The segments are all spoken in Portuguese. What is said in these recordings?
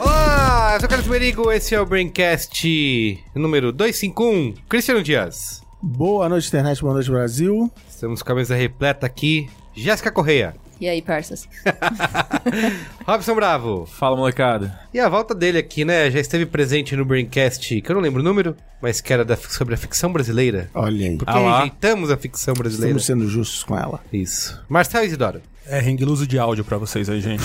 Olá, eu sou o Carlos Merigo, esse é o Braincast número 251. Cristiano Dias. Boa noite, internet. Boa noite, Brasil. Estamos com a mesa repleta aqui. Jéssica Correia. E aí, parças? Robson Bravo. Fala, molecada. E a volta dele aqui, né? Já esteve presente no Braincast, que eu não lembro o número, mas que era da- sobre a ficção brasileira. Olha aí. Porque Ah lá. rejeitamos a ficção brasileira. Estamos sendo justos com ela. Isso. Marcel Isidoro. É renguiluso de áudio pra vocês aí, gente.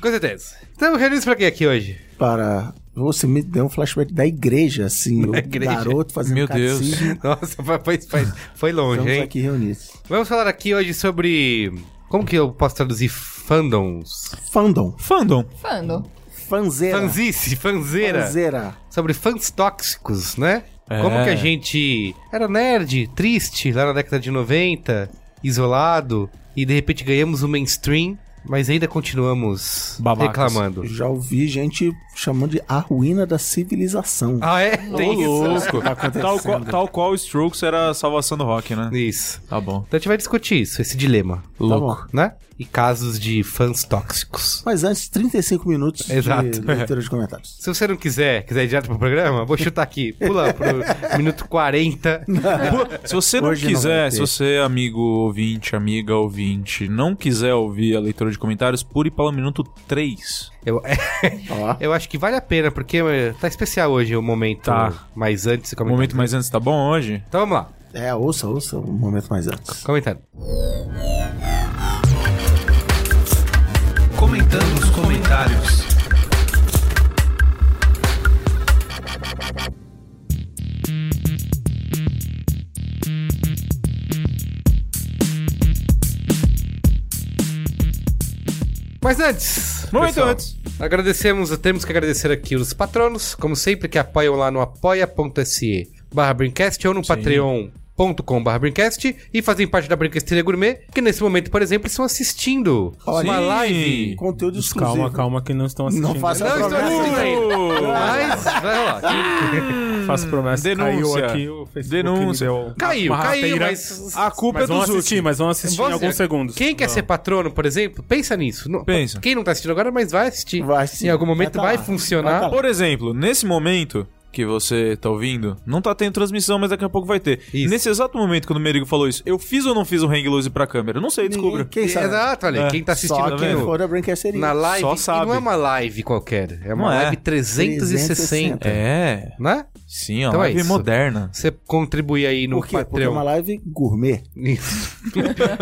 Com certeza. Estamos reunidos pra quê aqui hoje? Para. Você me deu um flashback da igreja, assim. o igreja. garoto fazendo Meu Deus. catecismo. Nossa, foi, foi, foi longe, Estamos hein? aqui reunidos. Vamos falar aqui hoje sobre. Como que eu posso traduzir fandoms? Fandom. Fandom. Fando. Fanzeira. Fanzice, fanzeira. Fanzeira. Sobre fãs tóxicos, né? É. Como que a gente era nerd, triste lá na década de 90, isolado, e de repente ganhamos o mainstream, mas ainda continuamos Babacas. reclamando. Já ouvi gente chamando de a ruína da civilização. Ah, é? Ô, Tem isso. louco. Tá acontecendo. tal, qual, tal qual Strokes era a salvação do rock, né? Isso. Tá bom. Então a gente vai discutir isso, esse Tá dilema, louco. né? E casos de fãs tóxicos. Mas antes, 35 minutos Exato. de leitura de comentários. Se você não quiser, quiser ir direto pro programa, vou chutar aqui. Pula pro minuto 40. Se você não Hoje não quiser, vai ter. se você, amigo ouvinte, amiga ouvinte, não quiser ouvir a leitura de comentários, pule para o minuto 3. Eu, Ó. eu acho que vale a pena, porque eh, tá especial hoje o momento. Tá. Mas antes, O comentário. momento mais antes tá bom hoje? Então vamos lá, É, ouça, ouça um momento mais antes. comentário. Comentando os comentários. Mas antes. Momento pessoal, antes. Agradecemos, temos que agradecer aqui os patronos, como sempre, que apoiam lá no apoia.se barra Brincast ou no patreon.com barra Brincast e fazem parte da Brincasteria Gourmet, que nesse momento, por exemplo, estão assistindo Olha uma aí. live. Conteúdo exclusivo. Calma, calma, que não estão assistindo. Não faça Não estou promessa. tá assistindo Uh! ainda. Mas, vai lá. Faço promessa. Denúncia. Caiu aqui o Facebook. Denúncia. que me deu- Caiu, Uma caiu, rasteira. mas... A culpa Mas é vão dos assistir, últimos. mas vão assistir em Você- alguns segundos. Quem quer ser patrono, por exemplo, pensa nisso. Não- Ah. Pensa. Quem não tá assistindo agora, mas vai assistir. Vai assistir. Em algum momento Vai tá vai, lá. funcionar. Vai tá lá. Por exemplo, nesse momento que você tá ouvindo, não tá tendo transmissão, mas daqui a pouco vai ter. Isso. Nesse exato momento quando o Merigo falou isso, eu fiz ou não fiz um hang loose pra câmera? Não sei, descubra. Ninguém- Quem sabe? Exato, olha, aí. É. quem tá assistindo Só aqui quem no- for da brinquedoria. na live, Só e sabe. não é uma live qualquer, é uma Não é. live 360, É, né? sim, ó. Então é live isso. moderna. Você contribui aí no Por quê? Porque é Patreon. uma live gourmet. Isso.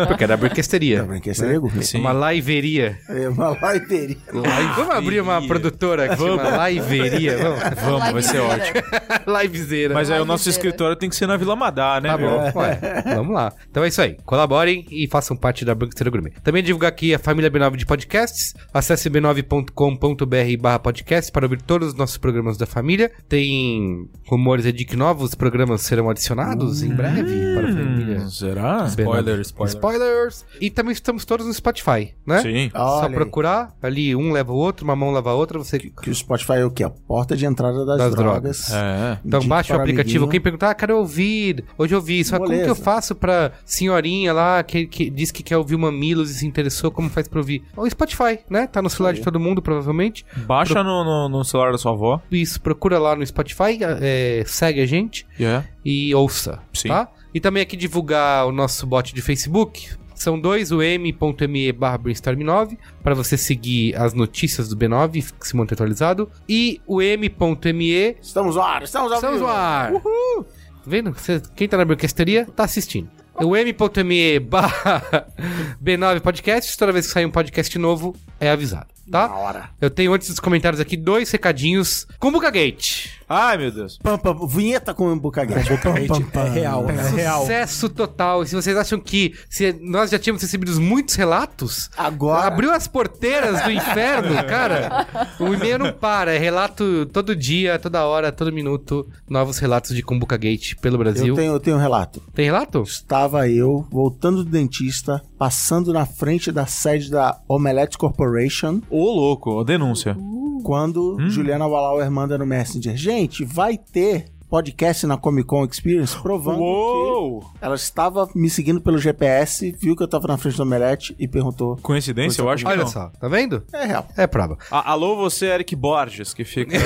Porque é da Da brinquesteria. brinquedoria gourmet. Sim. Uma liveria. É uma live Vamos abrir uma produtora que chama Liveria. Vamos. Vamos, vai ser ótimo. Livezeira. Mas aí o nosso Livezeira. escritório tem que ser na Vila Madá, né, Tá meu? bom, ué, vamos lá. Então é isso aí. Colaborem e façam parte da Banqueteira Gourmet. Também divulgar aqui a família B9 de podcasts. Acesse b9.com.br barra podcast para ouvir todos os nossos programas da família. Tem rumores aí de que novos programas serão adicionados em breve para a família. Hum, será? B9. Spoiler, spoiler. Spoilers. E também estamos todos no Spotify, né? Sim. Olha Só aí. procurar, ali um leva o outro, uma mão leva a outra, você... Que o Spotify é o quê? A porta de entrada das, Das drogas. drogas. É. Então Dito baixa o para aplicativo. amiguinho. Quem perguntar, ah, quero ouvir. Hoje eu ouvi isso. Ah, como que Moleza. eu faço pra senhorinha lá que, que diz que quer ouvir o Mamilos e se interessou, como faz pra ouvir? O Spotify, né? Tá no celular de todo mundo, provavelmente. Baixa no, no- no celular da sua avó. Isso, procura lá no Spotify, é, segue a gente Yeah. e ouça, Sim. tá? E também aqui divulgar o nosso bot de Facebook. São dois, o m.me barra brainstorm9, para você seguir as notícias do B9 e se manter atualizado. E o m.me Estamos no ar, estamos ao Estamos no vivo. ar! Uhul! Tá vendo? Cê- quem tá na brinquesteria tá assistindo. O m.me barra B9 Podcast, toda vez que sair um podcast novo, é avisado, tá? Na hora. Eu tenho antes dos comentários aqui dois recadinhos. Cumbuca Gate. Ai, meu Deus. Pam, pam, vinheta com o Bucaguete. pam, pam. É real, é real. Sucesso total. E se vocês acham que se nós já tínhamos recebido muitos relatos, Agora- abriu as porteiras do inferno, cara. O e-mail não para. É relato todo dia, toda hora, todo minuto. Novos relatos de Cumbuca Gate pelo Brasil. Eu tenho, eu tenho um relato. Tem relato? Estava eu voltando do dentista, passando na frente da sede da Omelette Corporation, Ô, louco, ó, denúncia. quando Juliana Wallauer manda no Messenger: Gente, vai ter podcast na Comic Con Experience provando Uou! que ela estava me seguindo pelo GPS, viu que eu estava na frente da Omelette e perguntou: Coincidência, eu acho que Olha não. só, tá vendo? É real. É prova. A- alô, você, Eric Borges, que fica...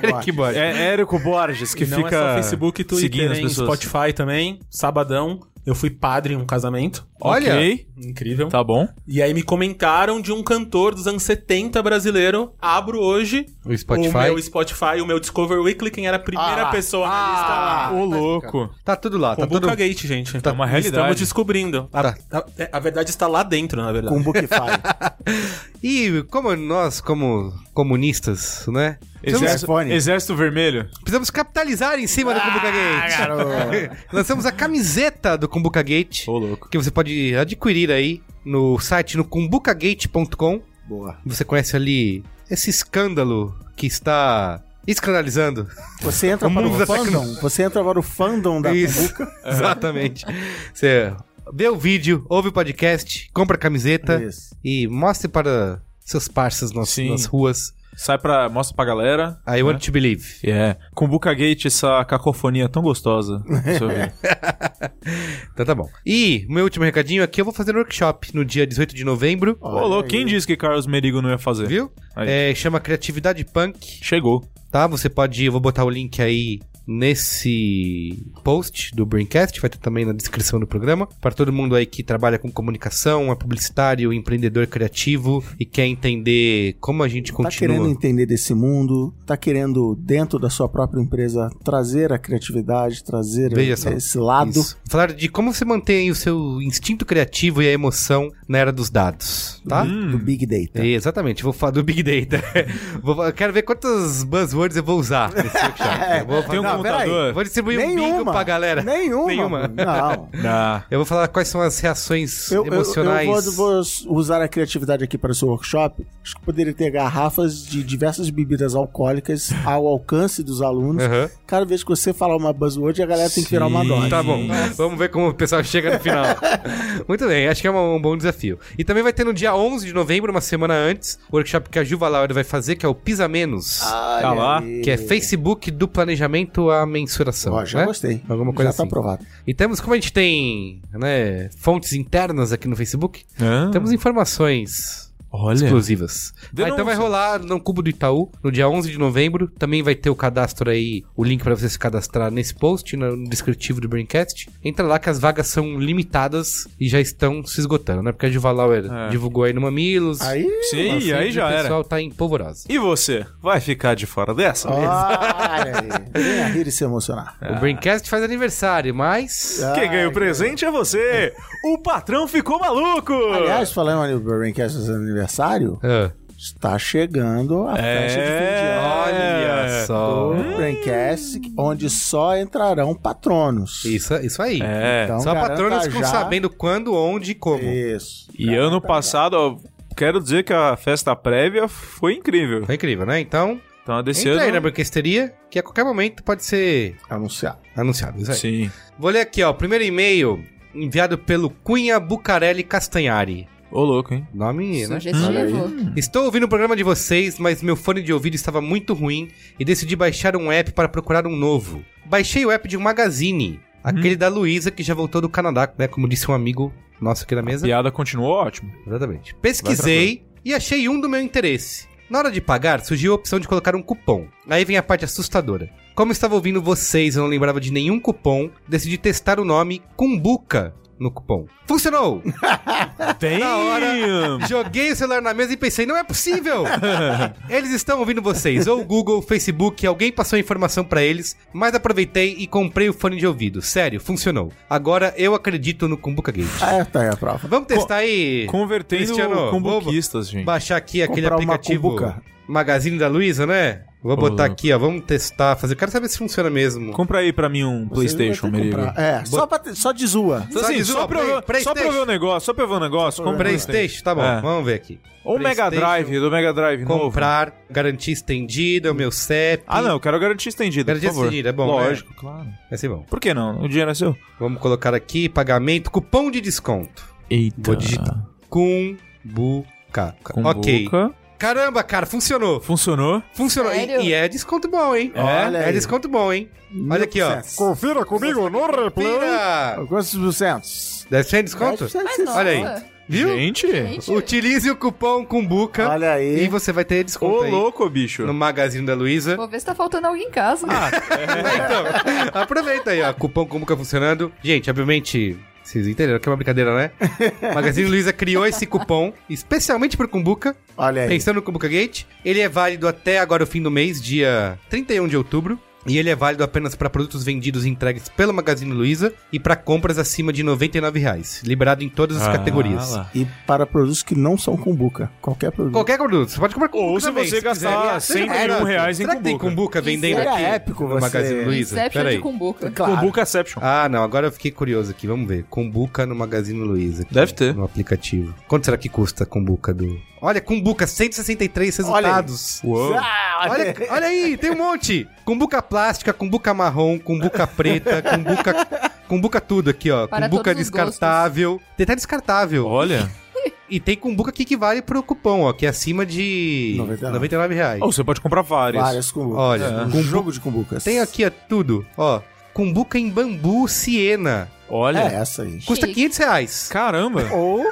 Borges. bosta. é Érico Borges, que não fica é só Facebook, seguindo Twitter, as hein? pessoas. Spotify também. Sabadão, eu fui padre em um casamento. Olha. Ok, Incrível. tá bom. E aí me comentaram de um cantor dos anos 70 brasileiro. Abro hoje O Spotify. o meu Spotify, o meu Discover Weekly, quem era a primeira Ah, pessoa na lista. Ô, louco. Tá tudo lá, Com tá tudo. Gate, gente. Tá uma realidade. Estamos descobrindo. A, Tá. a- é, a verdade está lá dentro, na verdade. Com o Bookify. E como nós, como comunistas, né? Precisamos, Exército, iPhone. Exército Vermelho. precisamos capitalizar em cima Ah, do Cumbuca Gate. Lançamos a camiseta do Cumbuca Gate. Ô, louco. que você pode adquirir aí no site no cumbucagate.com. Boa. Você conhece ali esse escândalo que está escandalizando. Você entra O para mundo o da fandom. Você entra para o fandom da Isso. Exatamente. Você vê o vídeo, ouve o podcast, compra a camiseta Isso. Tá e mostre para seus parças nas, Sim. nas ruas. Sai pra... Mostra pra galera. né? I want to believe. É. Com Buca Gate, essa cacofonia tão gostosa. Deixa eu ver. Então tá bom. E meu último recadinho aqui, eu vou fazer um workshop no dia 18 de novembro. Ô, louco, quem disse que Carlos Merigo não ia fazer? Viu? Aí. É, chama Criatividade Punk. Chegou. tá? Você pode, eu vou botar o link aí nesse post do Braincast, vai ter também na descrição do programa, para todo mundo aí que trabalha com comunicação, é publicitário, empreendedor criativo e quer entender como a gente Tá querendo continua. entender desse mundo, tá querendo, dentro da sua própria empresa, trazer a criatividade, trazer Veja só. esse lado. Isso. Falar de como você mantém o seu instinto criativo e a emoção na era dos dados, tá? Do Big Data. É, Exatamente, vou falar do Big Data. Vou fa- quero ver quantas buzzwords eu vou usar nesse workshop. Eu vou, Tem um Não, peraí. computador. vou distribuir um bingo pra galera. É, Nenhuma. Nenhuma. Não. Ah, Eu vou falar quais são as reações Eu, eu- emocionais. eu vou, vou usar a criatividade aqui para o seu workshop. Acho que poderia ter garrafas de diversas bebidas alcoólicas ao alcance dos alunos. Aham. Cada vez que você falar uma buzzword, a galera tem que virar uma Sim. dose. Tá bom. Vamos ver como o pessoal chega no final. Muito bem, acho que é um, um bom desafio. E também vai ter no dia 11 de novembro, uma semana antes, o workshop que a Juva Laura vai fazer, que é o Pisa Menos, Olha Tá lá, aí. que é Facebook do planejamento à mensuração. Ó, já né? gostei. Alguma coisa já tá assim. aprovado. E temos, como a gente tem né, fontes internas aqui no Facebook, Ah, temos informações Olha. exclusivas. Ah, Denúncia. então vai rolar no Cubo do Itaú, no dia 11 de novembro. Também vai ter o cadastro aí, o link pra você se cadastrar nesse post, no no descritivo do Braincast. Entra lá que as vagas são limitadas e já estão se esgotando, né? Porque a Juvalauer É. divulgou aí no Mamilos. Aí. Sim, assim, aí e já o era. pessoal tá em polvorosa. E você, vai ficar de fora dessa? Olha aí. Venha rir e se emocionar. É. O Braincast faz aniversário, mas... Ah, Quem ganha o que- presente é você! O patrão ficou maluco! Aliás, falando no Braincast do aniversário, Ah, está chegando a É. festa de fim de ano olha É. só. do Braincast, onde só entrarão patronos. Isso, isso aí. é. Então, Só garanta patronos já. ficam sabendo quando, onde e como. Isso. e ano passado, ó, quero dizer que a festa prévia foi incrível. Foi incrível, né? Então, Então a desse entra aí na ano. Branquesteria, que a qualquer momento pode ser Anunciar. anunciado. Isso aí. Sim. Vou ler aqui, ó. o Primeiro e-mail enviado pelo Cunha Bucarelli Castanhari. Ô, louco, hein? Nome, né? Sugestivo. Estou ouvindo o programa de vocês, mas meu fone de ouvido estava muito ruim e decidi baixar um app para procurar um novo. Baixei o app de um magazine, Hum. aquele da Luísa que já voltou do Canadá, né? Como disse um amigo nosso aqui na mesa. piada continuou ótimo. Exatamente. Pesquisei e achei um do meu interesse. Na hora de pagar, surgiu a opção de colocar um cupom. Aí vem a parte assustadora. Como estava ouvindo vocês, eu não lembrava de nenhum cupom, decidi testar o nome Cumbuca no cupom. Funcionou! Tem! Na hora. Joguei o celular na mesa e pensei, não é possível! Eles estão ouvindo vocês, ou o Google, o Facebook, alguém passou a informação pra eles, mas aproveitei e comprei o fone de ouvido. Sério, funcionou. Agora eu acredito no Cumbuca Gate. Ah, tá aí a prova. Vamos testar aí. Convertendo Cristiano, com buquistas, gente. baixar aqui aquele Comprar uma aplicativo cumbuca. Magazine da Luiza, né? Vou Vamos botar lá. aqui, ó. Vamos testar, fazer. Quero saber se funciona mesmo. Compra aí pra mim um PlayStation, Você vai ter que Merigo. comprar. É, só, pra, ter- só de zoa. Só, assim, Só só, pra, eu ver- só pra eu ver PlayStation. o negócio, só pra eu ver o negócio. compra um PlayStation, tá bom. É. Vamos ver aqui. Ou o Mega PlayStation, Drive, do Mega Drive novo. Comprar, garantia estendida, é o meu CEP. Ah, não, eu quero garantia estendida, Garantia por favor. estendida, é bom, Lógico, claro. Vai ser bom. Por que não? O dinheiro é seu. Vamos colocar aqui pagamento, cupom de desconto. Eita. Vou digitar. Cumbuca. Ok. Boca. Caramba, cara, funcionou. Funcionou. Funcionou. E, Sério? e é desconto bom, hein? Olha é aí. desconto bom, hein? Olha aqui, ó. Confira comigo no Pira! Quantos por cento? Deve ser desconto? Olha aí. Viu? Gente. Gente. Utilize o cupom Cumbuca Olha aí. e você vai ter Ô, desconto aí louco, bicho. no Magazine da Luiza. Vou ver se tá faltando alguém em casa. então, aproveita aí, ó. Cupom Cumbuca funcionando. Gente, obviamente. Vocês entenderam que é uma brincadeira, né? Magazine Luiza criou esse cupom especialmente pro Cumbuca, É. Olha aí. pensando no Cumbuca Gate. Ele é válido até agora o fim do mês, dia 31 de outubro. E ele é válido apenas para produtos vendidos e entregues pelo Magazine Luiza e para compras acima de R$ 99 reais, liberado em todas as Ah, categorias. lá. E para produtos que não são cumbuca. Qualquer produto. Qualquer produto, você pode comprar Ou cumbuca se também, você gastar quiser. 101 Será- reais em Será que tem cumbuca? cumbuca vendendo Isso aqui? é épico, no você- Magazine Luiza? Inception Peraí. de Cumbuca. Claro. Cumbucaception. Ah, não, agora eu fiquei curioso aqui, vamos ver. Cumbuca no Magazine Luiza. aqui, Deve ter. No aplicativo. Quanto será que custa a cumbuca do... Olha, cumbuca, 163 resultados. Uou. Ah, olha- Olha, olha aí, tem um monte. Cumbuca plástica, cumbuca marrom, cumbuca preta, cumbuca... Cumbuca tudo aqui, ó. Para cumbuca todos os descartável. Tem até descartável. Olha. E tem cumbuca aqui que vale pro cupom, ó, que é acima de... 99. 99 reais. Ou você pode comprar várias. Várias cumbucas. Olha, um cumbu- jogo de cumbucas. Tem aqui ó, tudo, ó. Cumbuca em bambu, Siena. Olha. É essa aí. Custa Chique. 500 reais. Caramba. Ou Ou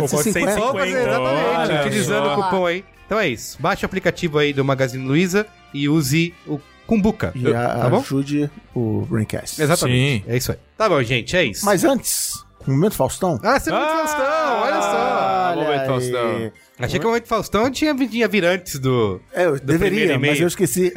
pode Vou fazer, 50, exatamente, olha utilizando só. o cupom aí. Então é isso. Baixe o aplicativo aí do Magazine Luiza e use o Cumbuca. E a- Tá bom? ajude o Braincast. Exatamente. Sim. É isso aí. Tá bom, gente, é isso. Mas antes, momento Faustão. Ah, você é muito Ah! Faustão, olha só. Ah, Olha momento aí. Faustão. Achei que o momento Faustão tinha, tinha vir antes do. É, eu primeiro deveria, e-mail. mas eu esqueci.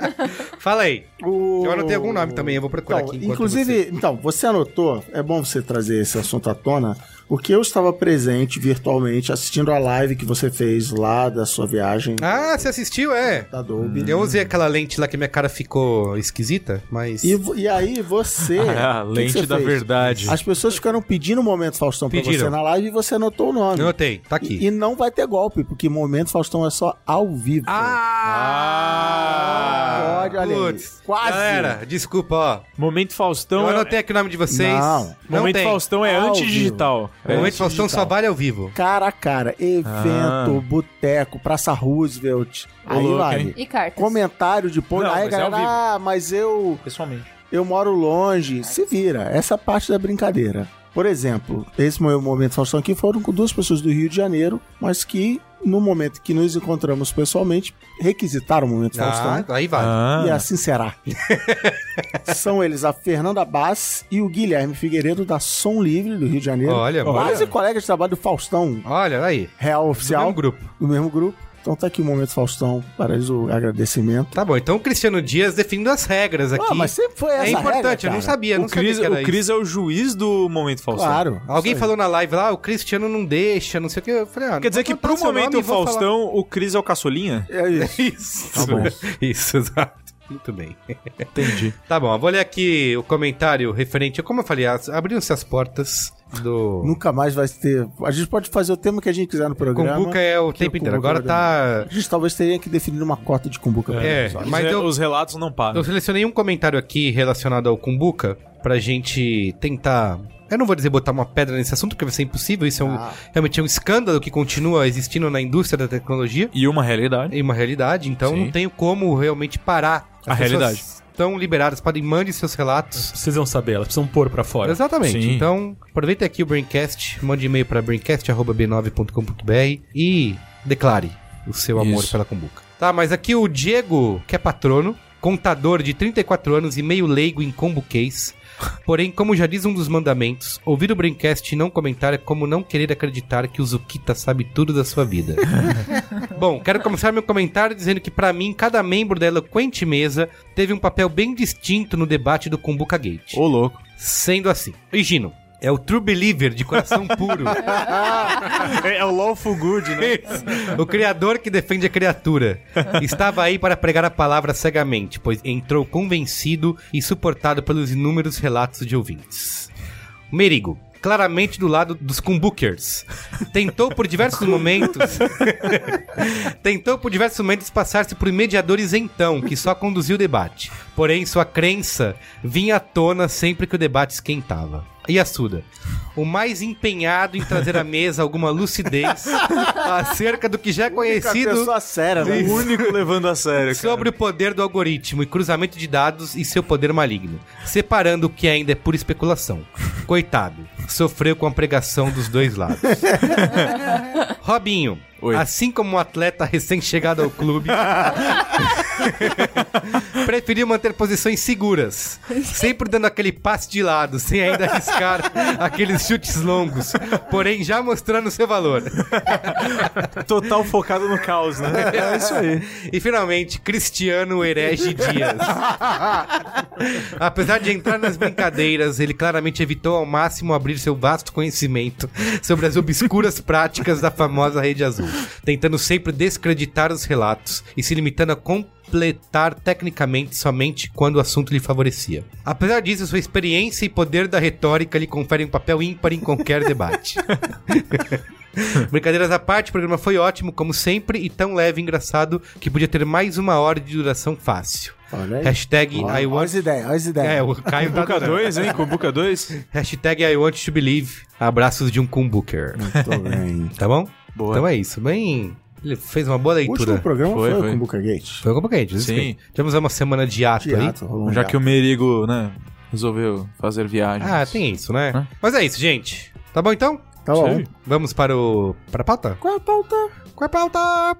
Fala aí. O... Eu anotei algum nome também, eu vou procurar Então, aqui. enquanto Inclusive, então, você anotou, é bom você trazer esse assunto à tona, porque eu estava presente virtualmente assistindo a live que você fez lá da sua viagem você- Ah, você assistiu, é. da Adobe. Eu usei aquela lente lá que minha cara ficou esquisita, mas. E, vo- e aí você... Ah, o que que lente você da fez? verdade. As pessoas ficaram pedindo o Momento Faustão Pediram. pra você na live e você anotou o nome. Eu Anotei, tá E, aqui. e não vai ter golpe, porque Momento Faustão é só ao vivo. Ah! Pode, olha aí. Putz. Quase. Galera, desculpa, ó. Momento Faustão. eu é- anotei aqui o nome de vocês. Não. Momento tem. Faustão é Ao antidigital. O Momento Faustão só digital. vale ao vivo. Cara a cara, evento, Ah. boteco, Praça Roosevelt. Ô, aí louco, vai. hein? E cartas. é? Comentário de pôr. Não, Aí, mas é ao galera, vivo. ah, mas eu, Pessoalmente. eu moro longe. Se vira. Essa é a parte da brincadeira. Por exemplo, esse meu momento Faustão aqui foram com duas pessoas do Rio de Janeiro, mas que, no momento que nos encontramos pessoalmente, requisitaram o momento Faustão. Ah, aí vale. Ah. E assim será. São eles a Fernanda Bass e o Guilherme Figueiredo da Som Livre do Rio de Janeiro. Olha, Quase olha. colega de trabalho do Faustão, Olha aí. real É oficial um grupo. do mesmo grupo. Então tá aqui o momento Faustão, para eles o agradecimento. Tá bom, então o Cristiano Dias definindo as regras aqui. Ah, mas sempre foi essa é importante, regra, eu cara. não sabia, eu o não sabia Cris, que era o Cris é o juiz do Momento Faustão. Claro. isso. Alguém falou na live lá, "Ah, o Cristiano não deixa, não sei o que. Eu falei, ah, não Quer dizer vou que botar pro seu nome Momento e vou falar. Faustão, o Cris é o caçolinha? É Isso. isso. Tá bom. Isso, exato. Muito bem. Entendi. Tá bom, eu vou ler aqui o comentário referente. Como eu falei, as- abriram-se as portas do. Nunca mais vai ter. A gente pode fazer o tema que a gente quiser no programa. Cumbuca é o Que tempo o inteiro. Cumbuca Agora tá. A gente talvez teria que definir uma cota de cumbuca. pra É. episódio. Mas Os re- eu- Os relatos não param. Eu selecionei um comentário aqui relacionado ao Cumbuca pra gente tentar. Eu não vou dizer botar uma pedra nesse assunto, porque vai ser impossível. Isso é um, Ah. realmente é um escândalo que continua existindo na indústria da tecnologia. E uma realidade. É uma realidade, então Sim. não tenho como realmente parar. A realidade. Estão liberadas, podem mandem seus relatos. Precisam saber, elas precisam pôr pra fora. Exatamente. Sim. Então, aproveita aqui o Braincast, mande e-mail para braincast.b9.com.br e declare o seu amor Isso. pela Cumbuca. Tá, mas aqui o Diego, que é patrono, contador de 34 anos e meio leigo em combuquês. Porém, como já diz um dos mandamentos, ouvir o Braincast e não comentar é como não querer acreditar que o Zukita sabe tudo da sua vida. Bom, quero começar meu comentário dizendo que, pra mim, cada membro da eloquente mesa teve um papel bem distinto no debate do Cumbuca Gate. Ô, louco. Sendo assim, Higino, É o True Believer de coração puro. É, é o Lawful Good, né? o Criador que defende a criatura. Estava aí para pregar a palavra cegamente, pois entrou convencido e suportado pelos inúmeros relatos de ouvintes. Merigo, claramente do lado dos Kumbukers, tentou por diversos momentos. tentou por diversos momentos passar-se por mediadores então, que só conduziu o debate. Porém, sua crença vinha à tona sempre que o debate esquentava. Yasuda, o mais empenhado em trazer à mesa alguma lucidez acerca do que já é conhecido pessoa séria, né? O velho. único levando a sério, cara. sobre o poder do algoritmo e cruzamento de dados e seu poder maligno, separando o que ainda é pura especulação. Coitado, sofreu com a pregação dos dois lados. Robinho, Oi. assim como um atleta recém-chegado ao clube, preferiu manter posições seguras, sempre dando aquele passe de lado, sem ainda arriscar aqueles chutes longos, porém já mostrando seu valor. Total focado no caos, né? É isso aí. E finalmente, Cristiano Herege Dias. Apesar de entrar nas brincadeiras, ele claramente evitou ao máximo abrir seu vasto conhecimento sobre as obscuras práticas da famosa Rede Azul, tentando sempre descreditar os relatos e se limitando a completar tecnicamente somente quando o assunto lhe favorecia. Apesar disso, sua experiência e poder da retórica lhe conferem um papel ímpar em qualquer debate. Brincadeiras à parte, o programa foi ótimo, como sempre, e tão leve e engraçado que podia ter mais uma hora de duração fácil. Olha aí. Hashtag I Olha olha want... as ideias, É olha as ideias. É, o Caio tá Buca adorando. 2, hein? Com Buca 2? Hashtag I want to believe. Abraços de um Kumbuker. Muito bem. Tá bom? Boa. Então é isso. Bem, ele fez uma boa O último leitura. programa Foi, foi, foi. com o Booker Gate. Foi um como que a gente Sim. disse? Tivemos uma semana de ato aí. Teatro, rolou um Já teatro. que o Merigo, né, resolveu fazer viagem. Ah, tem isso, né? Hã? Mas é isso, gente. Tá bom então? Tá bom. Vamos para o. para a pauta? Qual é a pauta? Qual é a pauta?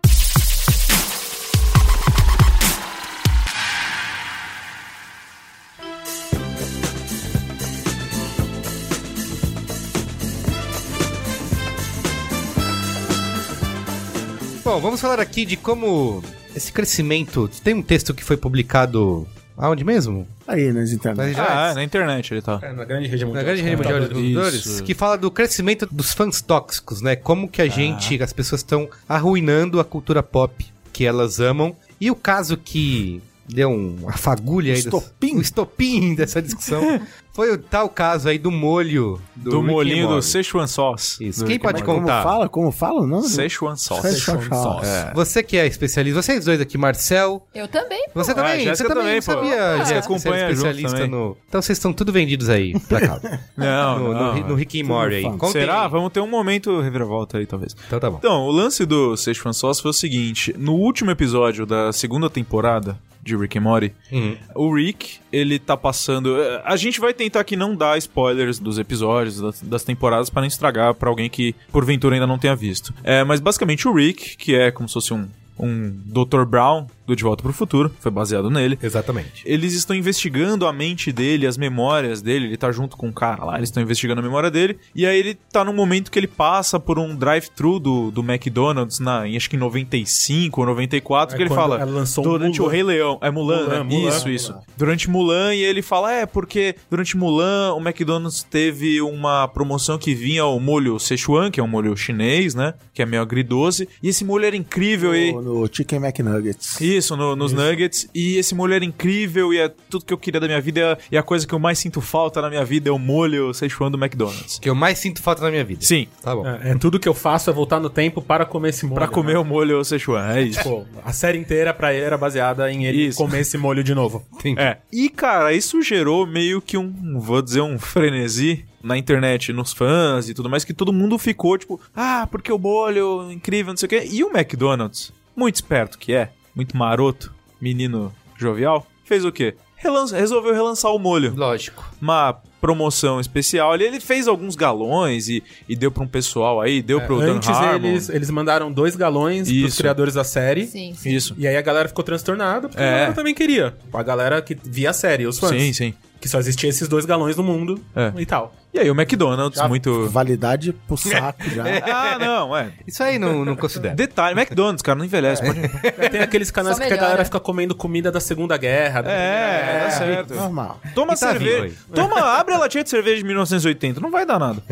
Bom, vamos falar aqui de como esse crescimento. Tem um texto que foi publicado. Aonde mesmo? Aí, né, nas Nas internet. redes Ah, é, sociais? na internet ele tá. É, na grande rede mundial. Na grande rede mundial de computadores, Isso. que fala do crescimento dos fãs tóxicos, né? Como Ah. que a gente, as pessoas estão arruinando a cultura pop que elas amam. E o caso que deu um- uma fagulha aí... das- Estopim. o estopim dessa discussão foi o tal caso aí do molho... Do, Rick and molinho do Morty. Szechuan Sauce. Isso. Do Quem Rick pode and Morty. Como contar? fala? Como fala o nome? Szechuan Sauce. Szechuan sauce. É. Você que é especialista, vocês dois aqui, Marcel... Eu também. Você Ah, também, Jéssica você também, também, não pô. sabia, Ah, Jéssica, que você acompanha era junto especialista também. no... Então vocês estão tudo vendidos aí, pra cá. Não, É. no, no, não. Ri- no Rick and Morty aí. fã. Contem Será? aí. Vamos ter um momento reviravolta aí, talvez. Então tá bom. Então, o lance do Szechuan Sauce foi o seguinte. No último episódio da segunda temporada de Rick and Morty, Uhum. o Rick, ele tá passando... eh, A gente vai tentar aqui não dar spoilers dos episódios, das, das temporadas, pra não estragar pra alguém que, porventura, ainda não tenha visto. É, mas, basicamente, o Rick, que é como se fosse um, um Dr. Brown do De Volta pro Futuro, foi baseado nele, Exatamente. eles estão investigando a mente dele, as memórias dele, ele tá junto com um cara lá, eles estão investigando a memória dele, e aí ele tá num momento que ele passa por um drive-thru do, do McDonald's, na, em, acho que em 95 ou 94, É que ele quando fala, ela lançou durante Mulan. o Rei Leão, é Mulan, Mulan, né? Mulan, isso, Mulan. isso. Durante Mulan, e ele fala, é, porque durante Mulan, o McDonald's teve uma promoção que vinha o molho Sichuan, que é um molho chinês, né, que é meio agridoce, e esse molho era incrível, e... No, no Chicken McNuggets. Isso, no- nos Nuggets. E esse molho era incrível e é tudo que eu queria da minha vida. E a- E a coisa que eu mais sinto falta na minha vida é o molho Szechuan do McDonald's. Que eu mais sinto falta na minha vida. Sim, Tá bom. É, é, tudo que eu faço é voltar no tempo para comer esse molho. pra comer né? o molho Szechuan, é isso. Pô, a série inteira pra ele era baseada em ele Isso. comer esse molho de novo. Entendi. É. E, cara, isso gerou meio que um, vou dizer, um frenesi na internet, nos fãs e tudo mais, que todo mundo ficou tipo, ah, porque o molho é incrível, não sei o quê. E o McDonald's, muito esperto que é, muito maroto, menino jovial, fez o quê? Relan- resolveu relançar o molho. Lógico. uma promoção especial ali. Ele fez alguns galões e, e deu pra um pessoal aí, deu pro Dan É, Antes Harmon. eles, eles mandaram dois galões pros Isso. criadores da série. Sim, sim. Isso. E aí a galera ficou transtornada, porque É. a galera também queria. A galera que via a série, os fãs. Sim, sim. que só existia esses dois galões no mundo É. e tal. E aí o McDonald's, muito. Validade pro saco já. Ah, não, é. Isso aí não, não considero. Detalhe, McDonald's, cara, não envelhece. É. Pode... É, Tem aqueles canais Só que a melhora. galera fica comendo comida da Segunda Guerra. da- É, tá certo. Normal. Toma E tá cerveja. vivo Toma, abre a latinha de cerveja de 1980, não vai dar nada.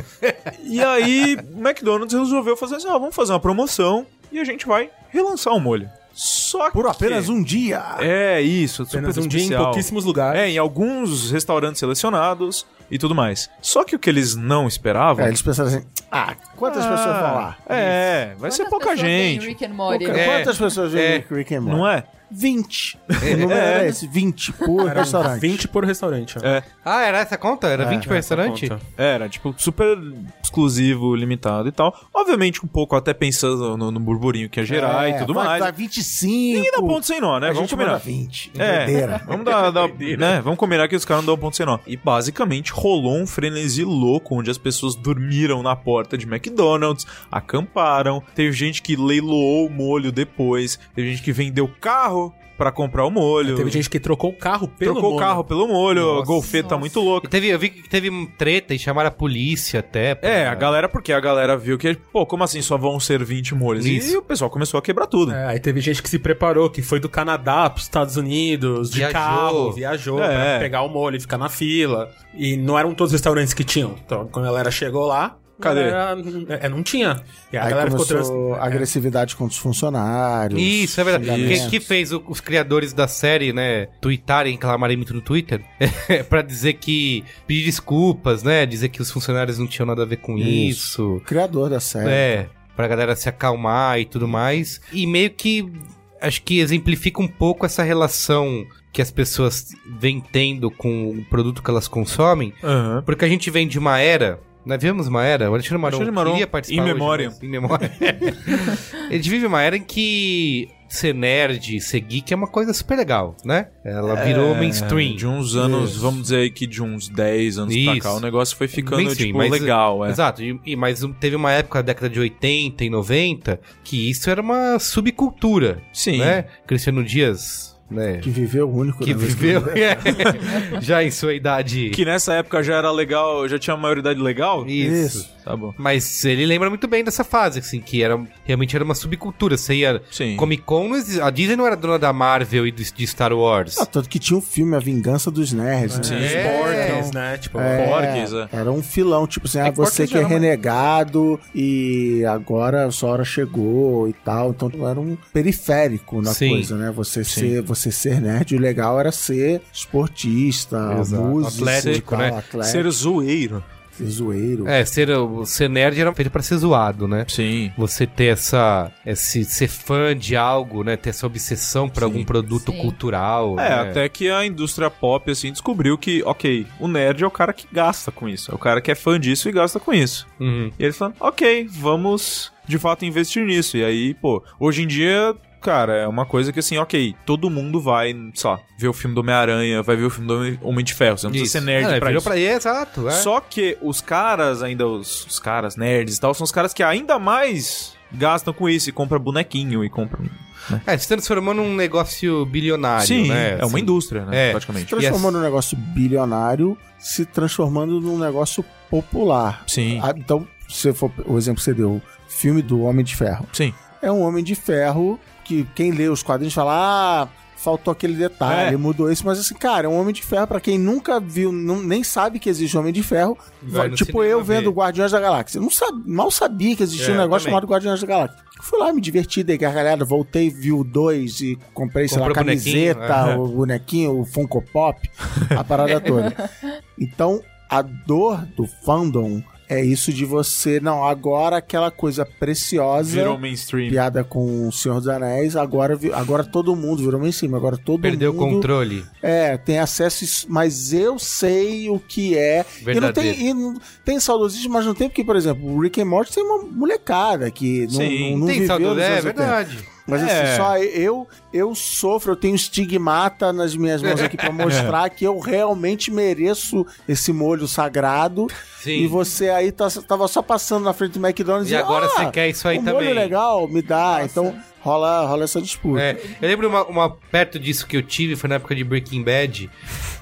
E aí, o McDonald's resolveu fazer assim: ó, vamos fazer uma promoção e a gente vai relançar o molho. Só Por que- apenas um dia. É, isso, super Apenas um dia em especial. pouquíssimos lugares. É, em alguns restaurantes selecionados e tudo mais. Só que o que eles não esperavam. É, eles pensaram assim, ah, quantas pessoas vão lá? É, vai ser pouca gente. Rick and Morty. Pouca- É. Quantas pessoas vêm É. Rick, Rick and Morty? Não é? 20. O número era esse, 20 por um restaurante. 20 um por restaurante. ó. É. Ah, era essa conta? Era 20 por restaurante? conta. Era, tipo, super exclusivo, limitado e tal. Obviamente, um pouco até pensando no, no burburinho que ia gerar É, e tudo vai mais. dar 25. Ninguém dá ponto sem nó, né? A Vamos gente manda combinar. 20. É, Doideira. vamos dar, dar- né? Vamos combinar que os caras não dão ponto sem nó. E basicamente rolou um frenesi louco onde as pessoas dormiram na porta de McDonald's, acamparam, teve gente que leiloou o molho depois, teve gente que vendeu carro pra comprar o molho. É, Teve gente que trocou o carro pelo Trocou o mono. carro pelo molho, a Nossa. golfeta tá Nossa. muito E louca. teve, eu vi que teve um treta e chamaram a polícia até. pra- É, a galera, porque a galera viu que, pô, como assim só vão ser 20 molhos? E- Isso. E o pessoal começou a quebrar tudo. É, aí teve gente que se preparou, que foi do Canadá pros Estados Unidos, de Viajou. carro, viajou É. pra pegar o molho e ficar na fila. E não eram todos os restaurantes que tinham. Então, quando a galera chegou lá, a Cadê? galera- é, não tinha. E a Aí galera ficou trans... começou agressividade contra os funcionários. é. Isso, é verdade. xingamentos. Que, que fez o- os criadores da série, né, tweetarem, clamarem muito no Twitter, é pra dizer que. pedir desculpas, né? Dizer que os funcionários não tinham nada a ver com isso. O criador da série. É, pra galera se acalmar e tudo mais. E meio que. acho que exemplifica um pouco essa relação que as pessoas vêm tendo com o produto que elas consomem. Aham. Porque a gente vem de uma era. Nós vivemos uma era. O Alexandre Maron, Alexandre Maron, queria participar. in hoje, memoriam. mas- in memória. a gente vive uma era em que ser nerd, ser geek é uma coisa super legal, né? Ela virou mainstream. É, De um uns anos, vamos dizer aí que de uns 10 anos pra Isso. cá, o negócio foi ficando, Mainstream, tipo, mas- legal. É. Exato, e, e- mas um- teve uma época, década de 80 e 90, que isso era uma subcultura, Sim. né? Cristiano Dias, né? Que viveu o único. Que né? viveu é, já em sua idade. Que nessa época já era legal, já tinha uma maioridade legal? Isso. Tá bom. Mas ele lembra muito bem dessa fase, assim, que era, realmente era uma subcultura. Você ia. Sim. Comic Con, não exi- a Disney não era dona da Marvel e do, de Star Wars. Ah, tanto que tinha o filme A Vingança dos Nerds. Sim. né? Os É. porcos, né? Tipo, É, Porques, é. Era um filão, tipo assim, ah, que você Porques que é era uma- renegado e agora a sua hora chegou e tal. Então era um periférico na Sim. coisa, né? Você ser, você ser nerd, o legal era ser esportista, Exato. músico, Atlético, tal, né? Atlético, Ser zoeiro. ser zoeiro. É, ser, o- ser nerd era feito pra ser zoado, né? Sim. Você ter essa. Esse, ser fã de algo, né? Ter essa obsessão por algum produto Sim. cultural. É, né? até que a indústria pop, assim, descobriu que, ok, o nerd é o cara que gasta com isso. É o cara que é fã disso e gasta com isso. Uhum. E eles falaram, ok, vamos de fato investir nisso. E aí, pô, hoje em dia, cara, é uma coisa que assim, ok, todo mundo vai, sei lá, ver o filme do Homem-Aranha, vai ver o filme do Homem- Homem de Ferro. Você não precisa Isso. ser um nerd É, pra virou isso. pra exato. É. Só que os caras, ainda os, os caras nerds e tal, são os caras que ainda mais gastam com isso e compram bonequinho e compram. É, se transformou num negócio bilionário, Sim, né? é uma Assim. indústria, né? É. Praticamente. Transformando um negócio bilionário, se transformando num negócio popular. Sim. Ah, então, se for o exemplo que você deu, o filme do Homem de Ferro. Sim. É um Homem de Ferro que quem lê os quadrinhos fala, ah, faltou aquele detalhe, É. mudou isso, mas assim, cara, é um Homem de Ferro pra quem nunca viu, nu- nem sabe que existe Homem de Ferro. Vai no tipo cinema eu vendo ver. Guardiões da Galáxia. Eu Não sabe, mal sabia que existia É, um negócio também. chamado Guardiões da Galáxia. Fui lá, me diverti, dei gargalhada, voltei, vi o 2 e comprei, sei lá, Comprou bonequinho, camiseta, é. o bonequinho, o Funko Pop, a parada toda. Então, a dor do fandom é isso de você, não, agora aquela coisa preciosa, Virou mainstream. é um piada com o Senhor dos Anéis, agora, vi- agora todo mundo virou em cima, agora um todo Perdeu o mundo controle. é, tem acesso, isso, mas eu sei o que é. E não Verdadeiro. tem, e não- tem saudosismo, mas não tem porque, por exemplo, o Rick and Morty tem uma molecada que não, Sim, não, não tem viveu saudade- nos É anos 80. verdade. Mas É. assim, só eu, eu sofro, eu tenho estigmata nas minhas mãos aqui pra mostrar que eu realmente mereço esse molho sagrado. Sim. E você aí tá- tava só passando na frente do McDonald's E agora "Ah, você quer isso aí um molho também. legal, me dá. Nossa. Então rola, rola essa disputa. É, eu lembro uma, uma perto disso que eu tive, foi na época de Breaking Bad,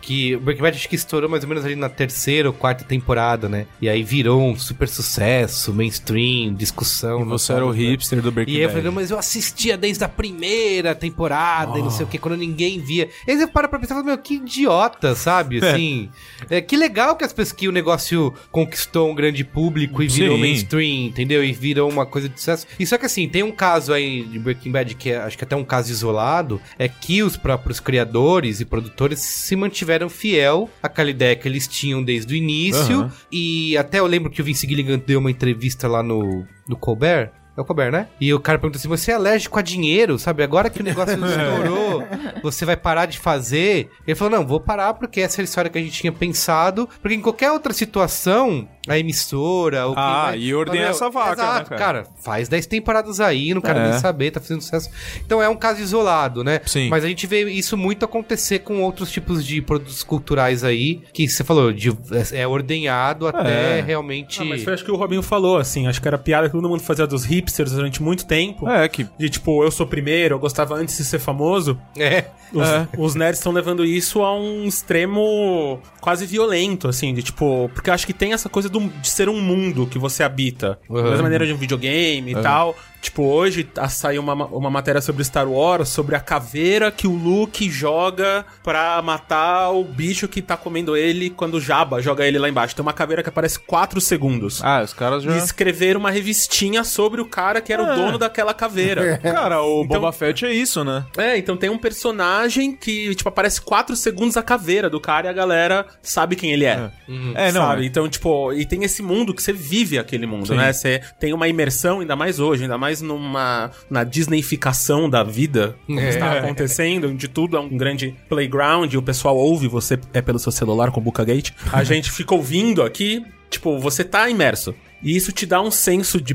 que o Breaking Bad acho que estourou mais ou menos ali na terceira ou quarta temporada, né? E aí virou um super sucesso, mainstream, discussão. E você era o hipster do Breaking né? E aí eu falei, Bad. não, mas eu assistia desde a primeira temporada e não sei o que, quando ninguém via. E aí você para pra pensar, e fala, meu, que idiota, sabe? Assim, é, que legal que as pessoas, que o negócio conquistou um grande público e virou Sim. mainstream, entendeu? E virou uma coisa de sucesso. E só que assim, tem um caso aí de Breaking Bad, que é, acho que até um caso isolado, é que os próprios criadores e produtores se mantiveram fiel à ideia que eles tinham desde o início. Aham. E até eu lembro que o Vince Gilligan deu uma entrevista lá no, no Colbert. É o Colbert, né? E o cara perguntou assim: você é alérgico a dinheiro, sabe? Agora que o negócio estourou, você vai parar de fazer? Ele falou: não, vou parar porque essa era a história que a gente tinha pensado. Porque em qualquer outra situação, a emissora. ou quem Ah, vai- e ordena Fala, essa vaca, né, é exato, cara? cara? faz 10 temporadas aí, não quero É. nem saber, tá fazendo sucesso. Então é um caso isolado, né? Sim. Mas a gente vê isso muito acontecer com outros tipos de produtos culturais aí, que você falou, de- é ordenhado até É. realmente. Ah, mas foi acho que o Robinho falou, assim, acho que era piada que todo mundo fazia dos hipsters durante muito tempo. É, que De tipo, eu sou primeiro, eu gostava antes de ser famoso. É. Os, É. os nerds estão levando isso a um extremo quase violento, assim, de tipo. Porque eu acho que tem essa coisa do- de ser um mundo que você habita. Uhum. Da mesma maneira de um videogame e tal. Tipo, hoje tá- saiu uma, ma- uma matéria sobre Star Wars, sobre a caveira que o Luke joga pra matar o bicho que tá comendo ele quando o Jabba joga ele lá embaixo. Tem uma caveira que aparece 4 segundos. Ah, os caras já. Ah. E escreveram uma revistinha sobre o cara que era o dono daquela caveira. Cara, o Então- Boba Fett é isso, né? É, então tem um personagem que, tipo, aparece 4 segundos a caveira do cara e a galera sabe quem ele é. É, não. Sabe? Então, tipo, e tem esse mundo que você vive aquele mundo, né? Você tem uma imersão, ainda mais hoje, ainda mais numa na Disneyficação da vida, como É. está acontecendo, onde tudo é um grande playground, e o pessoal ouve você é pelo seu celular com o Gate. A gente fica ouvindo aqui, tipo, você tá imerso. E isso te dá um senso de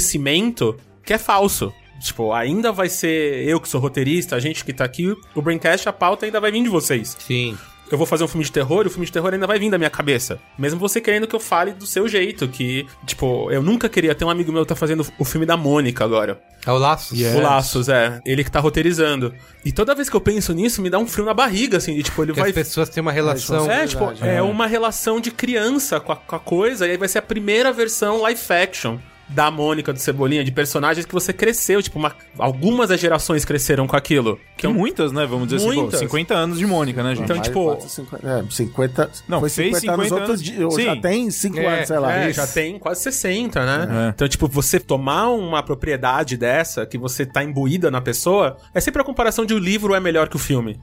pertencimento que é falso. Tipo, ainda vai ser eu que sou roteirista, a gente que tá aqui, o Braincast, a pauta ainda vai vir de vocês Sim. eu vou fazer um filme de terror e o filme de terror ainda vai vir da minha cabeça. Mesmo você querendo que eu fale do seu jeito, que, tipo, eu nunca queria ter um amigo meu que tá fazendo o filme da Mônica agora. É o laço. O Laços, é. Ele que tá roteirizando. E toda vez que eu penso nisso, me dá um frio na barriga, assim, de tipo, ele Que vai. as pessoas têm uma relação. É, tipo, é uma relação de criança com a, com a coisa, e aí vai ser a primeira versão live action da Mônica do Cebolinha, de personagens que você cresceu, tipo, uma- algumas das gerações cresceram com aquilo. Que é um Muitas, né? Vamos dizer assim, pô, Muitas. 50 anos de Mônica, né, gente? Então, Mais tipo- quatro, cinco- é, 50. Não, foi fez 50, anos, 50 outro anos. dia. ou Sim. Já tem 5 É, anos, sei lá. É, Isso. já tem quase 60, né? É. Então, tipo, você tomar uma propriedade dessa, que você tá imbuída na pessoa, é sempre a comparação de o livro é melhor que o filme.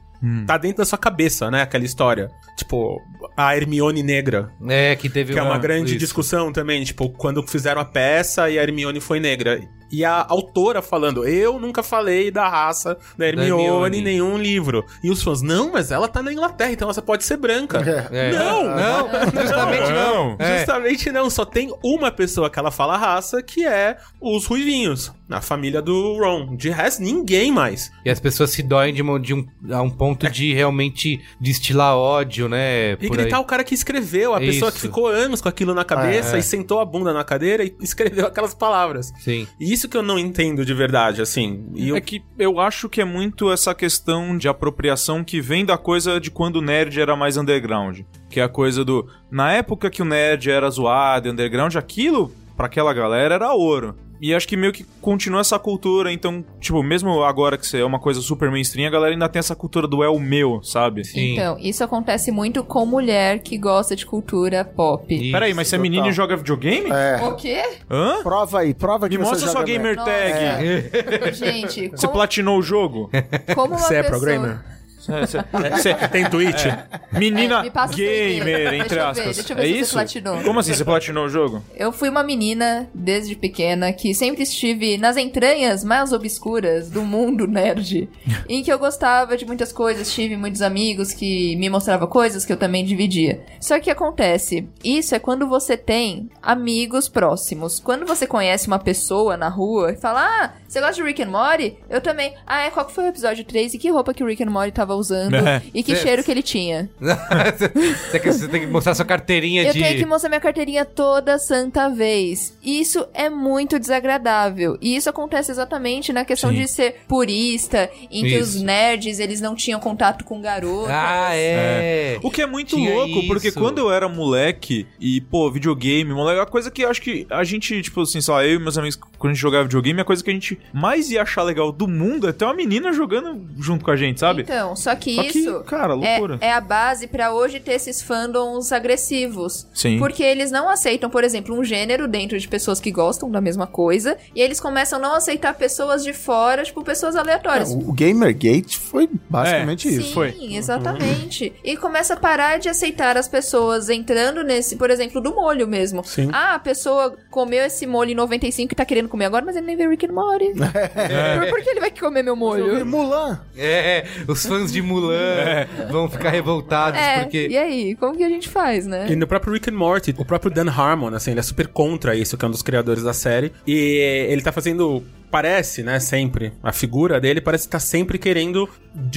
Tá dentro da sua cabeça, né? Aquela história. Tipo, a Hermione negra. É, que teve Que é uma grande isso. discussão também, tipo, quando fizeram a peça e a Hermione foi negra. E a autora falando, eu nunca falei da raça da Hermione, Hermione. em nenhum livro. E os fãs, não, mas ela tá na Inglaterra, então ela pode ser branca. É. Não! Não! Justamente não! Não. É. Justamente não, só tem uma pessoa que ela fala a raça, que é os ruivinhos, na família do Ron. De resto, ninguém mais. E as pessoas se doem de, um- de um, a um ponto de realmente destilar ódio, né? E por aí. gritar o cara que escreveu, a Isso. pessoa que ficou anos com aquilo na cabeça É. e sentou a bunda na cadeira e escreveu aquelas palavras. Sim. E isso que eu não entendo de verdade, assim. E eu... É que eu acho que é muito essa questão de apropriação que vem da coisa de quando o nerd era mais underground. Que é a coisa do. Na época que o nerd era zoado e underground, aquilo, pra aquela galera, era ouro. E acho que meio que continua essa cultura, então, tipo, mesmo agora que você é uma coisa super mainstream, a galera ainda tem essa cultura do é o meu, sabe? Sim. Então, isso acontece muito com mulher que gosta de cultura pop. E- Peraí, mas você é menino e total. joga videogame? É. O quê? Hã? Prova aí, prova que Me você mostra joga sua bem. gamer Nossa. É. tag. Gente, Você como, platinou o jogo? como uma Você é pessoa... programmer? É, cê- cê- Tem tweet? É, menina me passa o seu e-mail. gamer, Deixa entre eu ver, aspas. deixa eu ver é se você isso? platinou. Como assim? Você platinou o jogo? Eu fui uma menina, desde pequena, que sempre estive nas entranhas mais obscuras do mundo nerd, em que eu gostava de muitas coisas, tive muitos amigos que me mostravam coisas que eu também dividia. Só que acontece, isso é quando você tem amigos próximos. Quando você conhece uma pessoa na rua e fala, ah, você gosta de Rick and Morty? Eu também. Ah, é, qual que foi o episódio 3 e que roupa que o Rick and Morty tava estava usando É. e que Cê- cheiro que ele tinha. você, que- você tem que mostrar sua carteirinha Eu de. tenho que mostrar minha carteirinha toda santa vez. Isso é muito desagradável. E isso acontece exatamente na questão Sim. de ser purista, em que Isso. os nerds, eles não tinham contato com garotas. Ah, é. O que é muito Tinha louco, porque isso. quando eu era moleque e, pô, videogame, moleque, a coisa que eu acho que a gente, tipo assim, sei lá, eu e meus amigos, quando a gente jogava videogame, a coisa que a gente mais ia achar legal do mundo é ter uma menina jogando junto com a gente, sabe? Então, só que Só isso... que, cara, é, loucura. é a base pra hoje ter esses fandoms agressivos. Sim. Porque eles não aceitam, por exemplo, um gênero dentro de pessoas que gostam da mesma coisa. E eles começam a não aceitar pessoas de fora, tipo, pessoas aleatórias. O Gamergate foi basicamente isso. Sim, Uhum. foi. exatamente. E começa a parar de aceitar as pessoas entrando nesse, por exemplo, do molho mesmo. Sim. Ah, a pessoa comeu esse molho em 95 e tá querendo comer agora, mas ele nem vê Rick and Morty. É. Por, por que ele vai comer meu molho? Mulan. É, os fãs de Mulan vão ficar revoltados É, porque. e aí? Como que a gente faz, né? E no próprio Rick and Morty, o próprio Dan Harmon, assim, ele é super contra isso, que é um dos criadores da série. E ele tá fazendo. Parece, né, sempre. A figura dele parece que tá sempre querendo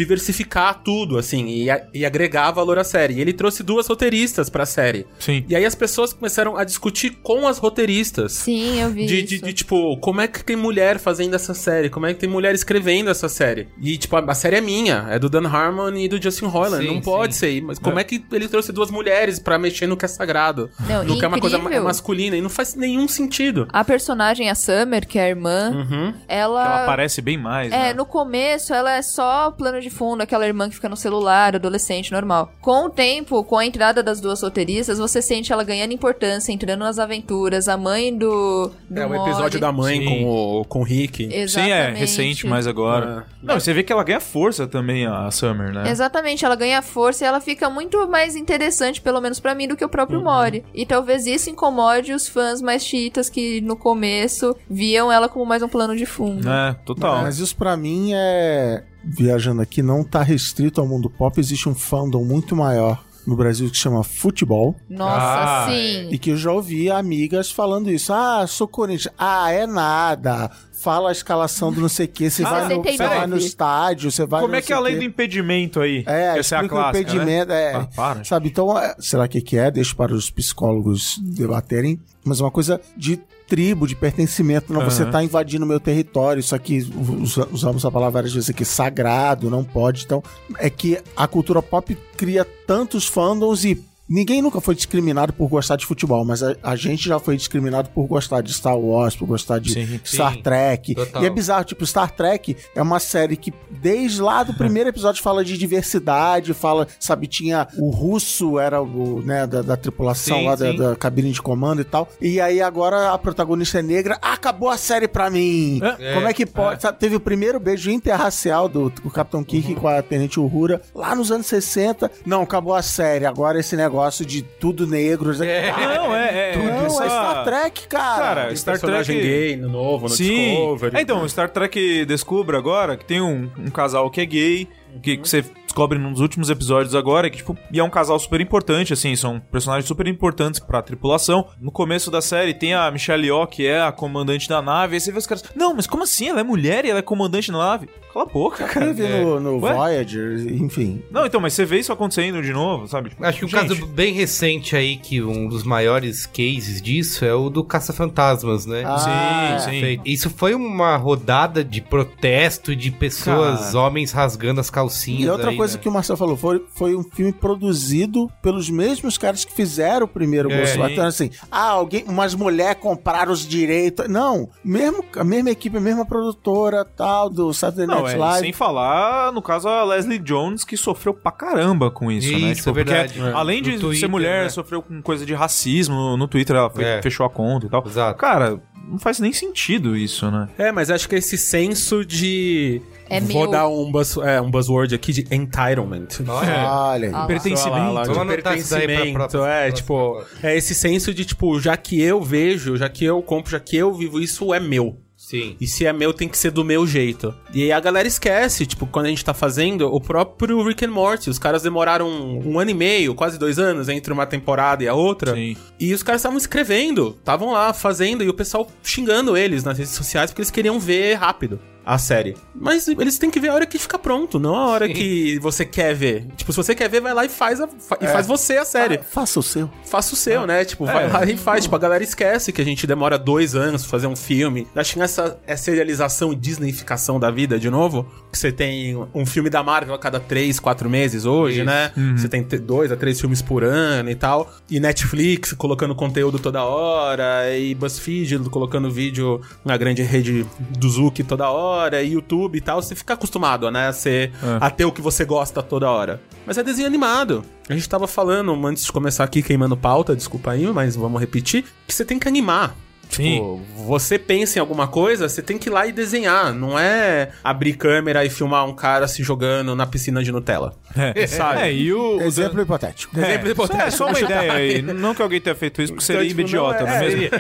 diversificar tudo, assim, e, a- e agregar valor à série. E ele trouxe duas roteiristas pra série. Sim. E aí as pessoas começaram a discutir com as roteiristas. Sim, eu vi De, isso. de- de, tipo, como é que tem mulher fazendo essa série? Como é que tem mulher escrevendo essa série? E, tipo, a, a série é minha, é do Dan Harmon e do Justin Roiland. Sim, não pode sim. ser. Mas como é. que ele trouxe duas mulheres pra mexer no que é sagrado? Não, no que é uma coisa ma- incrível. masculina. E não faz nenhum sentido. A personagem, a Summer, que é a irmã, Uhum. Hum. Ela ela. aparece bem mais, Ah, É, né? no começo ela é só plano de fundo, aquela irmã que fica no celular, adolescente, normal. Com o tempo, com a entrada das duas roteiristas, você sente ela ganhando importância, entrando nas aventuras, a mãe do. do É o Mori. episódio da mãe Sim. com o, com o Rick. Exatamente. Sim, é, recente, mas agora. É. Não, você vê que ela ganha força também, a Summer, né? Exatamente, ela ganha força e ela fica muito mais interessante, pelo menos pra mim, do que o Uhum. próprio Mori. E talvez isso incomode os fãs mais chiitas que no começo viam ela como mais um plano de fundo. É, total. Mas isso pra mim é. Viajando aqui, não tá restrito ao mundo pop. Existe um fandom muito maior no Brasil que chama futebol. Nossa, Ah, sim. E que eu já ouvi amigas falando isso. Ah, sou Corinthians. Ah, é nada. Fala a escalação do não sei o que. Você Ah, vai no, 69. você vai no estádio, você vai Como no é que é a não sei lei o do quê. impedimento aí? É, Essa é a explica clássica, o impedimento. né? É, Ah, para. Sabe, então, é, será que que é? Deixo para os psicólogos debaterem. Mas é uma coisa de tribo, de pertencimento. Não, você Aham. tá invadindo meu território. Isso aqui, usa- usamos a palavra várias vezes aqui, sagrado, não pode. Então, é que a cultura pop cria tantos fandoms e ninguém nunca foi discriminado por gostar de futebol, mas a, a gente já foi discriminado por gostar de Star Wars, por gostar de Sim. Star Sim. Trek. Total. E é bizarro, tipo, Star Trek é uma série que desde lá do primeiro episódio fala de diversidade, fala, sabe, tinha o russo, era o, né, da, da tripulação Sim, lá da, sim. da cabine de comando e tal. E aí agora a protagonista é negra, acabou a série pra mim. É, Como é que pode? Sabe, teve o primeiro beijo interracial do, do Capitão Kirk com a Tenente Uhura lá nos anos 60. Não, acabou a série, agora esse negócio de tudo negro. Não, é, é. Não, é Star Trek, É, Cara, Tem Star Trek. personagem gay no novo, no Sim. Discovery. É, então, Star Trek Descubra agora que tem um, um casal que é gay, que, que você descobre num dos últimos episódios agora, que, tipo, e é um casal super importante, assim, são personagens super importantes pra tripulação. No começo da série tem a Michelle Yeoh, que é a comandante da nave, aí você vê os caras, não, mas como assim? Ela é mulher e ela é comandante da nave? Cala a boca, cara. Teve no, no Ué? Voyager, enfim. Não, então, mas você vê isso acontecendo de novo, sabe? Tipo, Acho que um gente, caso bem recente aí, que um dos maiores cases disso é o do Caça-Fantasmas, né? Ah, Sim, sim. Perfeito. Isso foi uma rodada de protesto de pessoas, Cara. homens rasgando as calcinhas. E outra aí, coisa né? que o Marcelo falou, foi, foi um filme produzido pelos mesmos caras que fizeram o primeiro É, Ghostbusters. sim. Então, assim, ah, alguém, umas mulheres compraram os direitos. Não, mesmo, a mesma equipe, a mesma produtora, tal, do Saturday Não, Night é, Live. sem falar, no caso, a Leslie Jones, que sofreu pra caramba com isso, né? Isso, é verdade. porque É. além de No Twitter, ser mulher, né? sofreu com coisa de racismo no, no Twitter, ela foi- É. fechou a conta e tal. Exato. Cara, não faz nem sentido isso, né? É, mas acho que esse senso de. É Vou meu. dar um, buzz, é, um buzzword aqui de entitlement. Olha, aí. Ah, lá. Pertencimento. Lá, lá, Vamos de anotar isso daí pra pertencimento, próxima- é, próxima tipo, é esse senso de, tipo, já que eu vejo, já que eu compro, já que eu vivo, isso é meu. Sim. E se é meu, tem que ser do meu jeito. E aí a galera esquece, tipo, quando a gente tá fazendo, o próprio Rick and Morty, os caras demoraram um, um ano e meio, quase dois anos, entre uma temporada e a outra. Sim. E os caras estavam escrevendo, estavam lá fazendo, e o pessoal xingando eles nas redes sociais porque eles queriam ver rápido. a série. Mas eles têm que ver a hora que fica pronto, não a hora que você quer ver. Tipo, se você quer ver, vai lá e faz, a- fa- e faz você a série. Faça o seu. Faça o seu, né? Tipo, vai lá e faz. Tipo, a galera esquece que a gente demora dois anos pra fazer um filme. Acho que nessa essa serialização e disneyficação da vida, de novo, que você tem um filme da Marvel a cada três, quatro meses hoje, né? Você tem te- dois a três filmes por ano e tal. E Netflix colocando conteúdo toda hora, e BuzzFeed colocando vídeo na grande rede do Zuki toda hora, e YouTube e tal. Você fica acostumado, né? A, ser, É. a ter o que você gosta toda hora. Mas é desenho animado. A gente tava falando, antes de começar aqui queimando pauta, desculpa aí, mas vamos repetir, que você tem que animar. Tipo, você pensa em alguma coisa, você tem que ir lá e desenhar. Não é abrir câmera e filmar um cara se jogando na piscina de Nutella. É, Sabe? e o. o Exemplo hipotético. Dan- exemplo é, hipotético. só- É só uma ideia aí. Não que alguém tenha feito isso, porque seria tipo, não idiota, é- Então, não é, mesmo?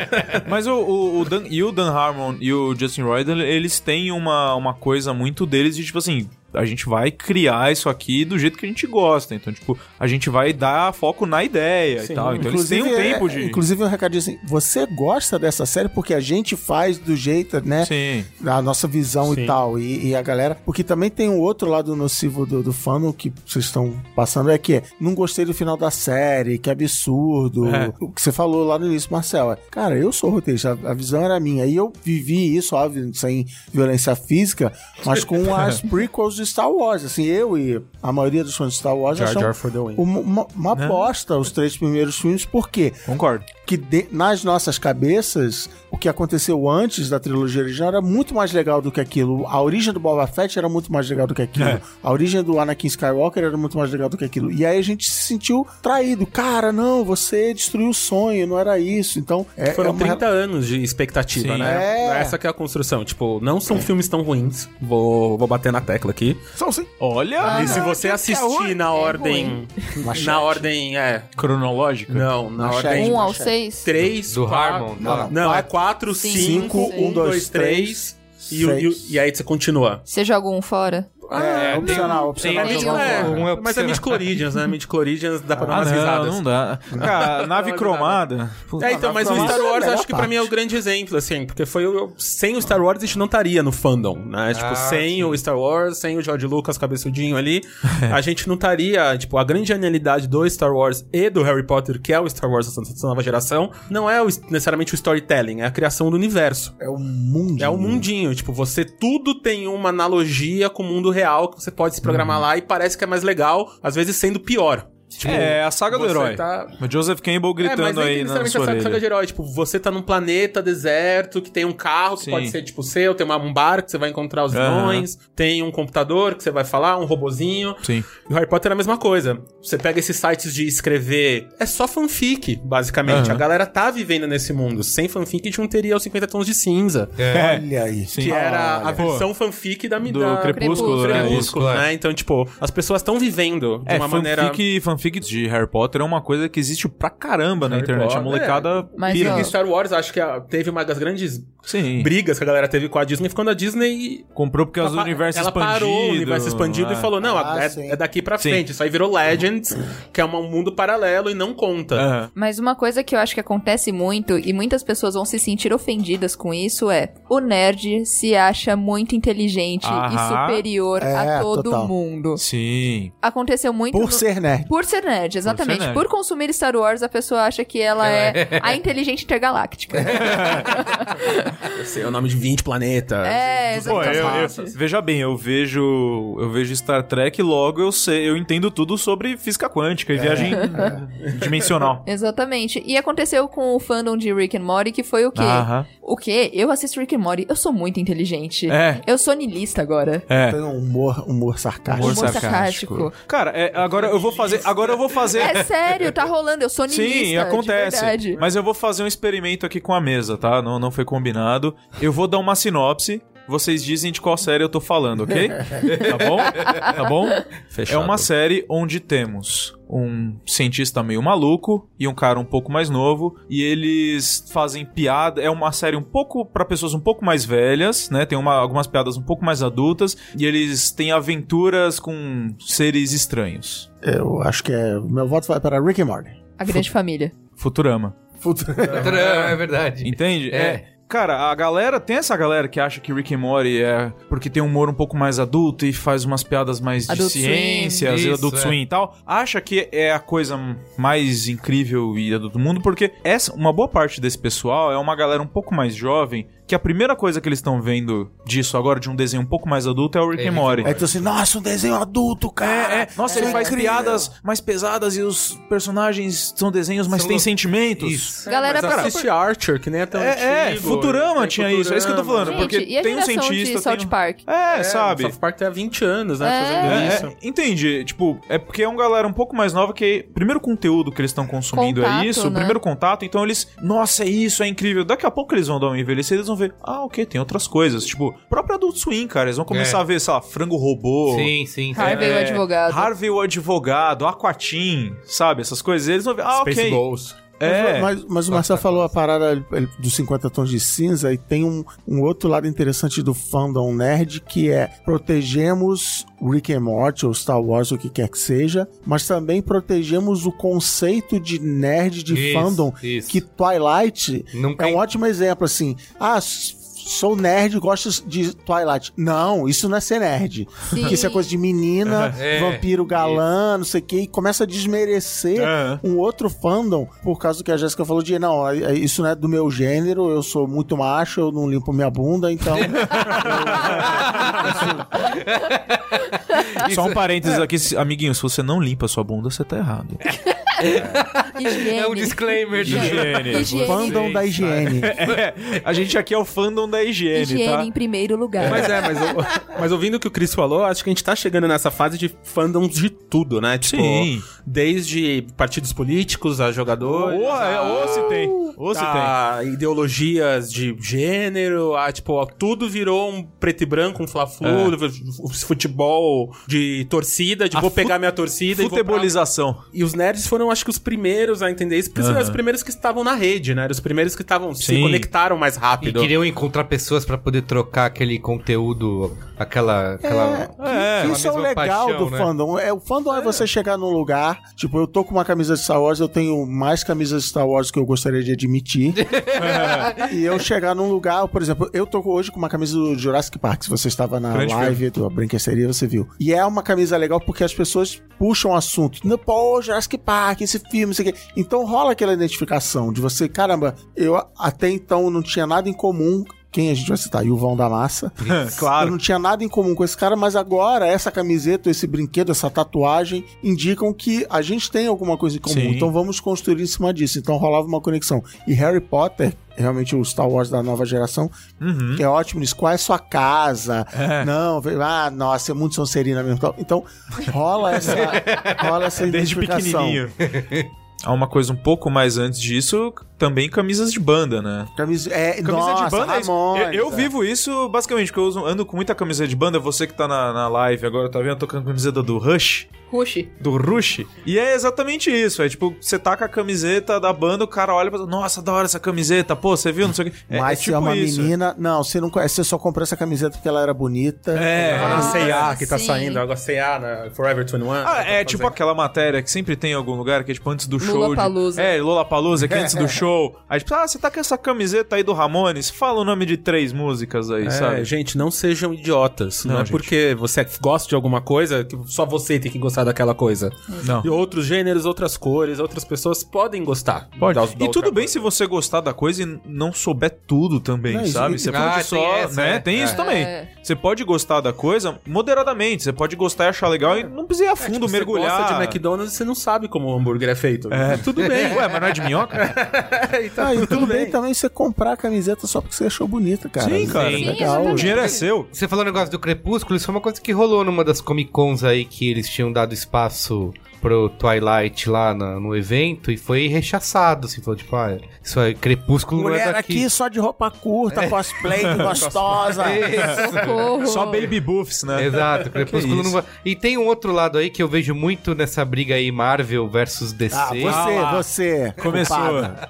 Mas o, o, o Dan, e o Dan Harmon e o Justin Roiland, eles têm uma, uma coisa muito deles de tipo assim. A gente vai criar isso aqui do jeito que a gente gosta. Então, tipo, a gente vai dar foco na ideia e tal. Então, eles têm um é- tempo de. Inclusive, um recadinho assim: você gosta dessa série porque a gente faz do jeito, é. né? Sim. da nossa visão e tal, e, e a galera. Porque também tem um outro lado nocivo do, do fandom que vocês estão passando, é que não gostei do final da série, que absurdo. O que você falou lá no início, Marcel. é, Cara, eu sou roteirista, a, a visão era minha. E eu vivi isso, óbvio, sem violência física, mas com as prequels de Star Wars. Assim, eu e a maioria dos fãs de Star Wars acham uma, uma, uma aposta os três primeiros filmes, porque Concordo. que de- nas nossas cabeças, o que aconteceu antes da trilogia original era muito mais legal do que aquilo. A origem do Boba Fett era muito mais legal do que aquilo. É. A origem do Anakin Skywalker era muito mais legal do que aquilo. E aí a gente se sentiu traído. Cara, não, você destruiu o sonho, não era isso. Então, é, é Foram uma- 30 anos de expectativa, Sim. né? É. Essa que é a construção. Tipo, não são filmes tão ruins. Vou, vou bater na tecla aqui. São sim. Olha! e se você assistir na ordem. Machete. Na ordem. É. Cronológica. Não, na Machete. ordem. Tem, Um ao acho. seis. 3, Do quatro- tá? Harmon, Não, não. não, é 4, Cinco, 5, seis. 1, 2, 3. E, o- e, o- seis. e aí você continua. Você joga um fora? É, opcional, opcional. tem- jogar é, fora. um é mas é opcional. Mid Chloridians, né? Mid Chloridians dá pra dar Ah, umas não, risadas. não dá. Cara, nave cromada. É, então, mas o Mas Star é a Wars melhor acho que pra mim é o parte. grande exemplo, assim, porque foi o- sem o Star Wars a gente não estaria no fandom, né? Tipo, sem o Star Wars, sem o George Lucas cabeçudinho ali, a gente não estaria, tipo, a grande genialidade do Star Wars e do Harry Potter, que é o Star Wars dessa nova geração, não é o- necessariamente o storytelling, é a criação do universo. É o mundo. É um mundinho, tipo, você tudo tem uma analogia com o mundo real que você pode se programar lá e parece que é mais legal, às vezes sendo pior. Tipo, É, a saga do você herói. tá- O Joseph Campbell gritando nem aí na necessariamente sua essa saga de orelha. herói. Tipo, você tá num planeta deserto que tem um carro que Sim. pode ser, tipo, seu, tem uma- um bar que você vai encontrar os Aham. vilões, tem um computador que você vai falar, um robozinho. Sim. E o Harry Potter é a mesma coisa. Você pega esses sites de escrever. É só fanfic, basicamente. Aham. A galera tá vivendo nesse mundo. Sem fanfic, a gente não teria os 50 tons de cinza. É. é, Olha aí. Ah, Sim. Que era a Olha. versão fanfic da Do da- Crepúsculo, Crepúsculo. né? Crepúsculo, Isso. claro. né? Então, tipo, as pessoas estão vivendo de É, uma fanfic, maneira. fanfic de Harry Potter é uma coisa que existe pra caramba na Harry internet. a Potter, é. molecada Mas, pira. ó, E Star Wars, acho que ah, teve uma das grandes Sim. brigas que a galera teve com a Disney, ficando a Disney. Comprou porque é os ela pa- universos ela expandidos. parou o universo expandido é. e falou: não, Ah, é, sim. é daqui pra Sim. frente. Isso aí virou Legends, que é uma- um mundo paralelo e não conta. Aham. Mas uma coisa que eu acho que acontece muito, e muitas pessoas vão se sentir ofendidas com isso, é o nerd se acha muito inteligente Aham. e superior É, a todo total. mundo. Sim. Aconteceu muito. Por no- ser nerd. Por ser nerd, exatamente. Por, nerd. consumir Star Wars, a pessoa acha que ela é a inteligente intergaláctica. Eu sei, é o nome de 20 planetas. é, Pô, eu- eu- exatamente. veja bem, eu vejo eu vejo Star Trek e logo eu sei, eu entendo tudo sobre física quântica e viagem dimensional. Exatamente. E aconteceu com o fandom de Rick and Morty, que foi o quê? Aham. O quê? Eu assisto Rick and Morty, eu sou muito inteligente. É. Eu sou niilista agora. É. Tem um humor, humor sarcástico. Humor Humor sarcástico. Cara, é, agora eu vou fazer, agora eu vou fazer É sério, tá rolando, eu sou niilista. Sim, de acontece. verdade. Mas eu vou fazer um experimento aqui com a mesa, tá? Não, não foi combinado. Eu vou dar uma sinopse. Vocês dizem de qual série eu tô falando, ok? Tá bom? Tá bom? É uma série onde temos um cientista meio maluco e um cara um pouco mais novo e eles fazem piada. É uma série um pouco pra pessoas um pouco mais velhas, né? Tem uma- algumas piadas um pouco mais adultas e eles têm aventuras com seres estranhos. Eu acho que é. Meu voto vai para Rick and Morty. A grande família. Futurama. Puta. É verdade. Entende? É. Cara, a galera, tem essa galera que acha que Rick and Morty é porque tem um humor um pouco mais adulto e faz umas piadas mais Adult de Swim. ciência, às vezes Isso, adult é. swing e tal. Acha que é a coisa mais incrível e adulto do mundo, porque essa, uma boa parte desse pessoal é uma galera um pouco mais jovem, que a primeira coisa que eles estão vendo disso agora, de um desenho um pouco mais adulto, é o Rick É and Rick and Morty. Aí tu assim, nossa, um desenho adulto, cara. É, é. Nossa, ele faz piadas mais pesadas e os personagens são desenhos, mas São têm lou- sentimentos. Isso. Galera, Mas pra... assiste Archer, que nem é tão É, é, antigo. Futurama Tem tinha isso, é isso que eu tô Futurama. falando, Gente, porque e a tem um geração cientista, de South tem um- Park? É, É, sabe? South Park tem há 20 anos, né, É. É, fazendo isso. é, entendi. Tipo, é porque é uma galera um pouco mais nova que. Primeiro conteúdo que eles estão consumindo Contato, é isso, né? o primeiro contato, então eles. Nossa, é isso, é incrível. Daqui a pouco eles vão dar uma envelhecida e eles vão ver. Ah, ok, tem outras coisas. Tipo, próprio Adult Swim, cara. Eles vão começar É. a ver, sei lá, frango robô. Sim, sim. sim. Harvey, o advogado. Harvey o advogado, Aquatim, sabe? Essas coisas. Eles vão ver. Ah, Space ok. Ghost. É. Mas, mas o Marcelo falou a parada ele, dos 50 tons de cinza e tem um, um outro lado interessante do fandom nerd que é protegemos Rick and Morty ou Star Wars, o que quer que seja, mas também protegemos o conceito de nerd de Isso, fandom isso. que Twilight Nunca é um ótimo exemplo assim. Ah, s- sou nerd, gosto de Twilight. Não, isso não é ser nerd. Sim. Porque isso é coisa de menina, É, vampiro galã, não sei o que, e começa a desmerecer É. um outro fandom por causa do que a Jéssica falou de não, é- é- isso não é do meu gênero, eu sou muito macho, eu não limpo minha bunda, então. Só um parênteses aqui, se- amiguinho, se você não limpa a sua bunda, você tá errado. Higiene. É um disclaimer do Higiene. fandom da higiene. A gente aqui é o fandom da higiene, Higiene tá? em primeiro lugar. Mas é, mas, eu- mas ouvindo o que o Chris falou, acho que a gente tá chegando nessa fase de fandoms de tudo, né? Tipo, Sim. desde partidos políticos a jogadores. Ou, a- é, ou se tem. Ou se tem. a Ah, ideologias de gênero, a, tipo, ó, tudo virou um preto e branco, um fla-flu, o futebol de torcida, de É. A vou fu- pegar minha torcida e vou pra... Futebolização. E os nerds foram, acho que, os primeiros a entender isso, porque eles eram os primeiros que estavam na rede, né? Eram os primeiros que estavam se Sim. conectaram mais E rápido. queriam encontrar pessoas pra poder trocar aquele conteúdo, aquela. aquela... É, Que isso é o mesma legal paixão, do né? fandom. É, o fandom é. você chegar num lugar, tipo, eu tô com uma camisa de Star Wars, eu tenho mais camisas de Star Wars que eu gostaria de admitir. e eu chegar num lugar, por exemplo, eu tô hoje com uma camisa do Jurassic Park, se você estava na Grande live da brinquedaria, você viu. E é uma camisa legal porque as pessoas puxam o assunto. Não, Pô, Jurassic Park, esse filme, isso aqui. Então rola aquela identificação de você, caramba, eu até então não tinha nada em comum. Quem a gente vai citar? Yuvão da Massa. Eu claro. não tinha nada em comum com esse cara, mas agora essa camiseta, esse brinquedo, essa tatuagem indicam que a gente tem alguma coisa em comum. Sim. Então vamos construir em cima disso. Então rolava uma conexão. E Harry Potter, realmente o Star Wars da nova geração, Uhum. que é ótimo nisso. Qual é a sua casa? Hum? É. Não, vem- ah, nossa, é muito Sonserina mesmo. Então rola essa, rola essa Desde identificação. pequenininho. Há uma coisa um pouco mais antes disso, também camisas de banda, né? Camisa, é, Camisa nossa, de banda é isso. Ramones, Eu, eu é. vivo isso basicamente, porque eu uso- ando com muita camisa de banda. Você que tá na, na live agora, tá vendo? Eu tô com a camiseta do Rush. Rushi. do Rush. E é exatamente isso. É tipo, você tá com a camiseta da banda, o cara olha e fala, nossa, da hora essa camiseta, pô, você viu? Não sei o que. É, Mas é se é tipo uma isso. menina. Não, você não conhece, você só comprou essa camiseta porque ela era bonita. É. Agora na Ah, C&A, que tá sim. saindo, agora C&A, na Forever 21. Ah, é tá tipo fazendo. aquela matéria que sempre tem em algum lugar, que é tipo antes do show. de- Lollapalooza. É, Lollapalooza, que antes do show. Aí tipo, ah, você tá com essa camiseta aí do Ramones? Fala o nome de três músicas aí, É, sabe? gente, não sejam idiotas. Não, Não, é gente. porque você gosta de alguma coisa que só você tem que gostar daquela coisa. Não. E outros gêneros, outras cores, outras pessoas podem gostar. Pode. da- da E outra tudo bem coisa. se você gostar da coisa e não souber tudo também, Não, isso- sabe? Você Ah, pode tem só, essa, né? é. Tem isso É. também. É. Você pode gostar da coisa moderadamente, você pode gostar e achar legal e não precisa ir a É, fundo, tipo, mergulhar. Você gosta de McDonald's e você não sabe como o hambúrguer é feito. É. Tudo bem. Ué, mas não é de minhoca? E tá Ah, e tudo bem também você comprar a camiseta só porque você achou bonita, cara. Sim, cara. Sim, legal. O exatamente. dinheiro é seu. Você falou o negócio do Crepúsculo, isso foi uma coisa que rolou numa das Comic Cons aí que eles tinham dado espaço pro Twilight lá na- no evento e foi rechaçado, assim, falou tipo, ah, isso aí, Crepúsculo não é Mulher daqui. aqui só de roupa curta, cosplay que gostosa. Socorro. Só baby buffs, né? Exato, Crepúsculo isso? não vai. E tem um outro lado aí que eu vejo muito nessa briga aí Marvel versus DC. Ah, você, você. Começou. culpada.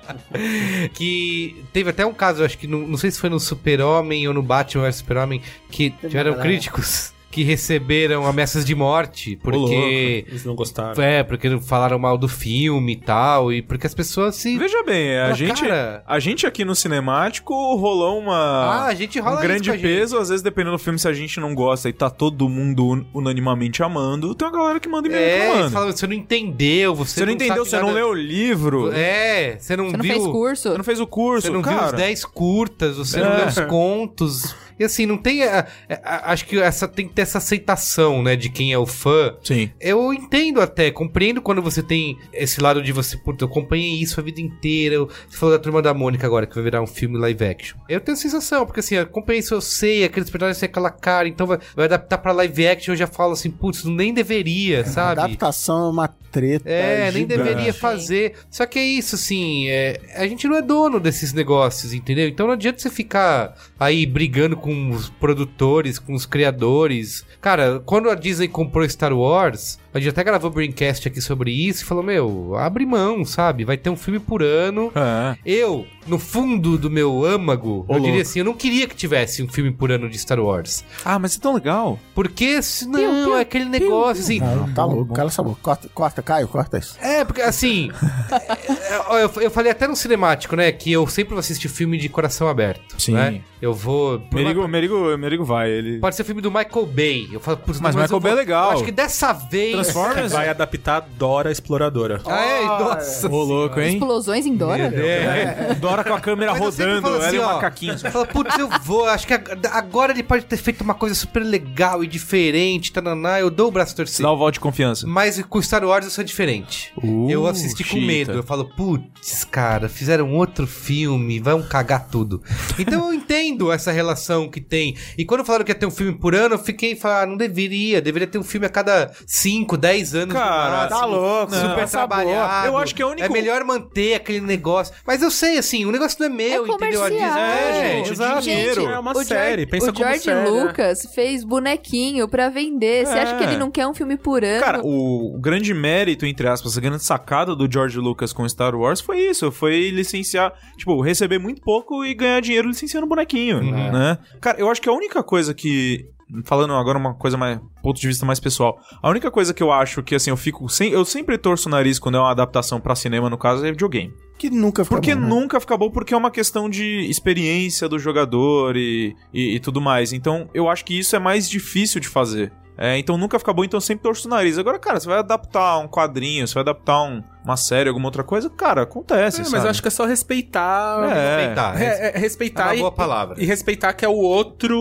que teve até um caso, acho que no- não sei se foi no Super-Homem ou no Batman vs Super-Homem, que tiveram uma galera. críticos que receberam ameaças de morte porque. Eles não gostaram. É, porque falaram mal do filme e tal, e porque as pessoas se. Veja bem, a Mas, gente, cara- a gente aqui no cinemático rolou Ah, uma. a gente rola um isso grande com a gente. peso, às vezes dependendo do filme, se a gente não gosta e tá todo mundo un- unanimamente amando, tem uma galera que manda e-mail É, eles reclamando. falam, você não entendeu, você, Você não entendeu, sabe você não nada." leu o livro, É, você não Você não viu. fez curso? você não fez o curso, Você não viu os cara. 10 curtas, você não É. leu os contos. E assim, não tem. a- a- acho que essa tem que ter essa aceitação, né, de quem é o fã. Sim. Eu entendo até, compreendo quando você tem esse lado de você, puta, eu acompanhei isso a vida inteira. eu- Você falou da Turma da Mônica agora, que vai virar um filme live action. Eu tenho a sensação, porque assim, eu acompanhei isso, eu sei, aqueles personagens têm aquela cara, então vai, vai adaptar pra live action, eu já falo assim, putz, nem deveria, sabe? Adaptação é uma treta. Tá É, nem gigante. deveria fazer. Só que é isso, assim, é, a gente não é dono desses negócios, entendeu? Então não adianta você ficar aí brigando com os produtores, com os criadores. Cara, quando a Disney comprou Star Wars, a gente até gravou o Braincast aqui sobre isso e falou, meu, abre mão, sabe? Vai ter um filme por ano. É. Eu, no fundo do meu âmago, Ô, eu diria louco. assim, eu não queria que tivesse um filme por ano de Star Wars. Ah, mas é tão legal. Porque senão é aquele negócio, assim, Não, tá louco, cala essa boca. Corta, corta, Caio, corta isso. É, porque assim. é, ó, eu, eu falei até no cinemático, né? Que eu sempre vou assistir filme de coração aberto. Sim. Né? Eu vou. por Merigo, mais- Merigo, Merigo vai, ele... Pode ser filme do Michael Bay. Eu falo, putz, Mas eu Michael Bay é vou- legal. eu acho que dessa vez. Transformers? Vai adaptar Dora Exploradora. Ah, é, nossa. Ô, louco, hein? Explosões em Dora? É. Dora com a câmera Mas eu sempre rodando, falo assim, ela é e o ó, macaquinho. Eu falo, putz, eu vou. Acho que ag- agora ele pode ter feito uma coisa super legal e diferente, tananá. Eu dou o braço torcido. Dá o voto de confiança. Mas com Star Wars eu sou diferente. Uh, eu assisti com chita. medo. Eu falo, putz, cara, fizeram outro filme, vão cagar tudo. Então eu entendo essa relação que tem. E quando falaram que ia ter um filme por ano, eu fiquei falando, ah, não deveria. Deveria ter um filme a cada 5, 10 anos. no Cara, Assim, máximo. Ah, louco. tá Super trabalhado. Eu acho que é o único... É melhor manter aquele negócio. Mas eu sei, assim, o negócio não é meu, É entendeu? A Disney- comercial. É, Gente, gente, exato. dinheiro. É uma O série, George, pensa o como George série. né? Lucas fez bonequinho pra vender. Você É. acha que ele não quer um filme por ano? Cara, o o grande mérito, entre aspas, a grande sacada do George Lucas com Star Wars foi isso. Foi licenciar, tipo, receber muito pouco e ganhar dinheiro licenciando bonequinho, né? Cara, eu acho que a única coisa que... Falando agora uma coisa mais... Ponto de vista mais pessoal. A única coisa que eu acho que, assim, eu fico... Sem, eu sempre torço o nariz quando é uma adaptação pra cinema, no caso, é videogame. Que nunca fica Porque bom, né? nunca fica bom, porque é uma questão de experiência do jogador e, e, e tudo mais. Então, eu acho que isso é mais difícil de fazer. É, então nunca fica bom, então eu sempre torço o nariz. Agora, cara, você vai adaptar um quadrinho, você vai adaptar um- uma série, alguma outra coisa, cara, acontece. É, mas sabe? eu acho que é só respeitar. É. Respeitar. É, É, é respeitar uma e, boa palavra. e respeitar que é o outro.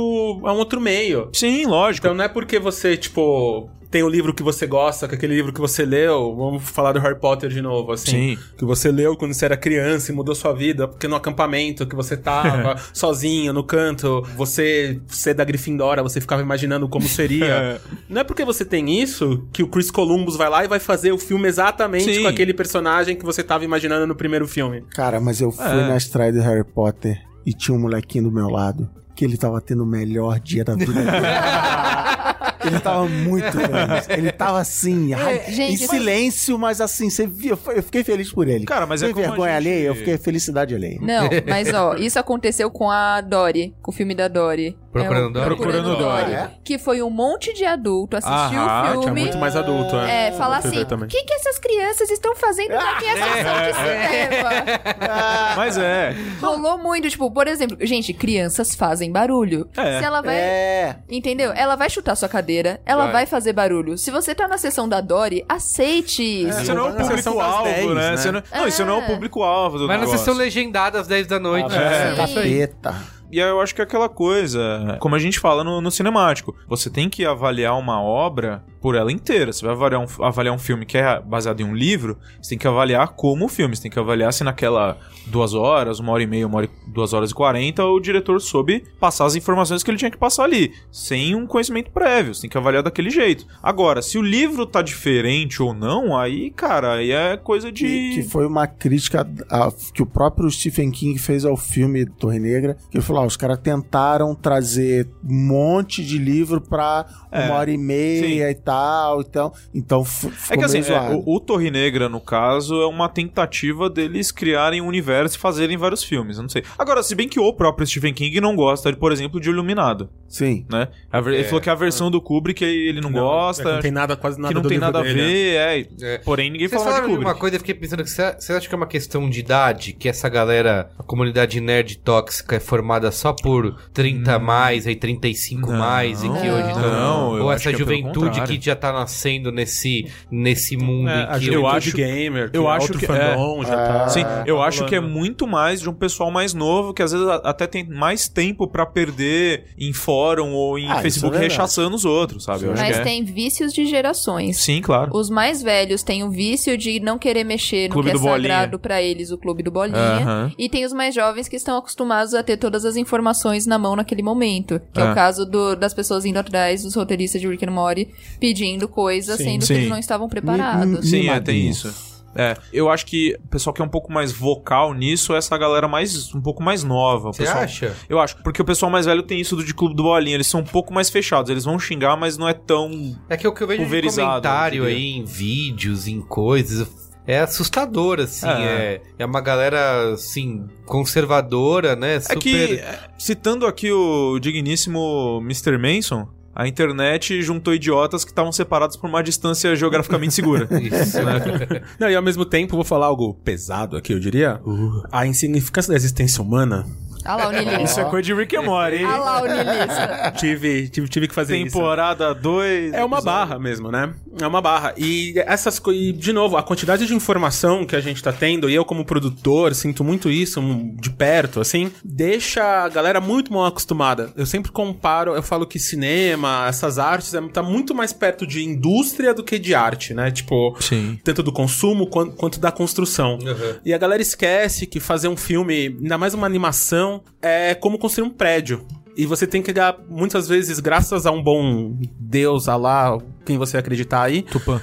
É um outro meio. Sim, lógico. Então não é porque você, tipo, tem o livro que você gosta, que aquele livro que você leu, vamos falar do Harry Potter de novo, assim. Sim. Que você leu quando você era criança e mudou sua vida, porque no acampamento que você tava, sozinho, no canto, você ser da Grifindora, você ficava imaginando como seria. não é porque você tem isso que o Chris Columbus vai lá e vai fazer o filme exatamente Sim. com aquele personagem que você tava imaginando no primeiro filme. Cara, mas eu fui É. na estreia do Harry Potter e tinha um molequinho do meu lado que ele tava tendo o melhor dia da vida dele. Ele tava muito feliz. Ele tava assim, ai, É, gente, em mas- silêncio, mas assim, você via, eu f- eu fiquei feliz por ele. Cara, mas é Foi como a vergonha gente- alheia, eu fiquei felicidade alheia. Não, mas ó, isso aconteceu com a Dory, com o filme da Dory. um Procurando É o Dory? Tá Procurando Dory. é? Que foi um monte de adulto assistir Ah, o É filme. muito mais adulto, né? É, falar Você assim, vê o que, que essas crianças estão fazendo aqui É, nessa sessão de cinema? Mas é. Rolou muito, tipo, por exemplo, gente, crianças fazem barulho. É. Se ela vai É. Entendeu? Ela vai chutar sua cadeira, ela vai, Vai. fazer barulho. Se você tá na sessão da Dory, aceite isso. Você não é o Sessão das público-alvo, 10, né? né? Você não, não, isso não é o É. público-alvo do Mas na negócio. sessão legendada às 10 da noite. Ah, É. Tá isso aí. Capeta. E aí eu acho que é aquela coisa, como a gente fala no, no cinemático, você tem que avaliar uma obra por ela inteira. Você vai avaliar um, avaliar um filme que é baseado em um livro, você tem que avaliar como o filme, você tem que avaliar se naquela duas horas, uma hora e meia, uma hora, e- duas horas e quarenta, o diretor soube passar as informações que ele tinha que passar ali, sem um conhecimento prévio, você tem que avaliar daquele jeito. Agora, se o livro tá diferente ou não, aí, cara, aí é coisa Que, que de... foi uma crítica a- que o próprio Stephen King fez ao filme Torre Negra. Que ele falou: ah, os caras tentaram trazer um monte de livro pra É. uma hora e meia e tal, então, então f- É ficou que assim, meio é, zoado. o, o Torre Negra, no caso, é uma tentativa deles criarem um universo e fazerem vários filmes, eu não sei. Agora, se bem que o próprio Stephen King não gosta, por exemplo, de Iluminado, Sim. né? A ver- Ele falou que a versão do Kubrick ele não, é que gosta, É. não tem nada, quase nada que não do tem livro nada a dele, né? ver, é. e- É. Porém, ninguém Vocês fala de falaram de Kubrick. uma coisa, eu fiquei pensando que você você acha que é uma questão de idade, que essa galera, a comunidade nerd tóxica é formada só por 30 mais, aí 35 Hum. Não, mais, e que hoje tá- não, eu ou acho essa que é pelo juventude contrário. que já tá nascendo nesse, nesse mundo É, a em que Eu Eu acho acho- gamer, que eu é acho outro que- fandom, já tá. Sim, eu acho que é rolando. muito mais de um pessoal mais novo que às vezes a- até tem mais tempo pra perder em fórum ou em Ah, isso Facebook é verdade. rechaçando os outros, sabe? Eu acho Mas que é. tem vícios de gerações. Sim, claro. Os mais velhos têm o vício de não querer mexer Clube no do que é Bolinha. sagrado pra eles, o clube do bolinha. Aham. E tem os mais jovens que estão acostumados a ter todas as informações na mão naquele momento. Que é, É. o caso do- das pessoas indo atrás, dos roteiristas de Rick and Morty, pedindo coisas, Sim. sendo Sim. que eles não estavam preparados. Sim, é, tem mimadinho. isso. É, eu acho que o pessoal que é um pouco mais vocal nisso é essa galera mais um pouco mais nova. o Você pessoal- acha? Eu acho, porque o pessoal mais velho tem isso do de clube do bolinha, eles são um pouco mais fechados, eles vão xingar, mas não é tão. É que o que eu vejo de Pulverizado, comentário eu diria. aí em vídeos, em coisas. É assustador, assim. É, É. é uma galera, assim, conservadora, né? É que, é, citando aqui o digníssimo Mr. Manson, a internet juntou idiotas que estavam separados por uma distância geograficamente segura. Isso, né? Não, e ao mesmo tempo, vou falar algo pesado aqui, eu diria. A insignificância da existência humana. Olha Ah lá o Isso niilista. é coisa de Rick and Morty. hein? Olha lá o niilista. Tive, tive, tive que fazer isso. Temporada 2. É uma barra mesmo, né? É uma barra. E essas coisas. De novo, a quantidade de informação que a gente tá tendo, e eu, como produtor, sinto muito isso um- de perto, assim, deixa a galera muito mal acostumada. Eu sempre comparo, eu falo que cinema, essas artes, é- tá muito mais perto de indústria do que de arte, né? Tipo, Sim. tanto do consumo quan- quanto da construção. E a galera esquece que fazer um filme, ainda mais uma animação, é como construir um prédio. E você tem que dar, muitas vezes, graças a um bom Deus, Alá, quem você acreditar aí, Tupã.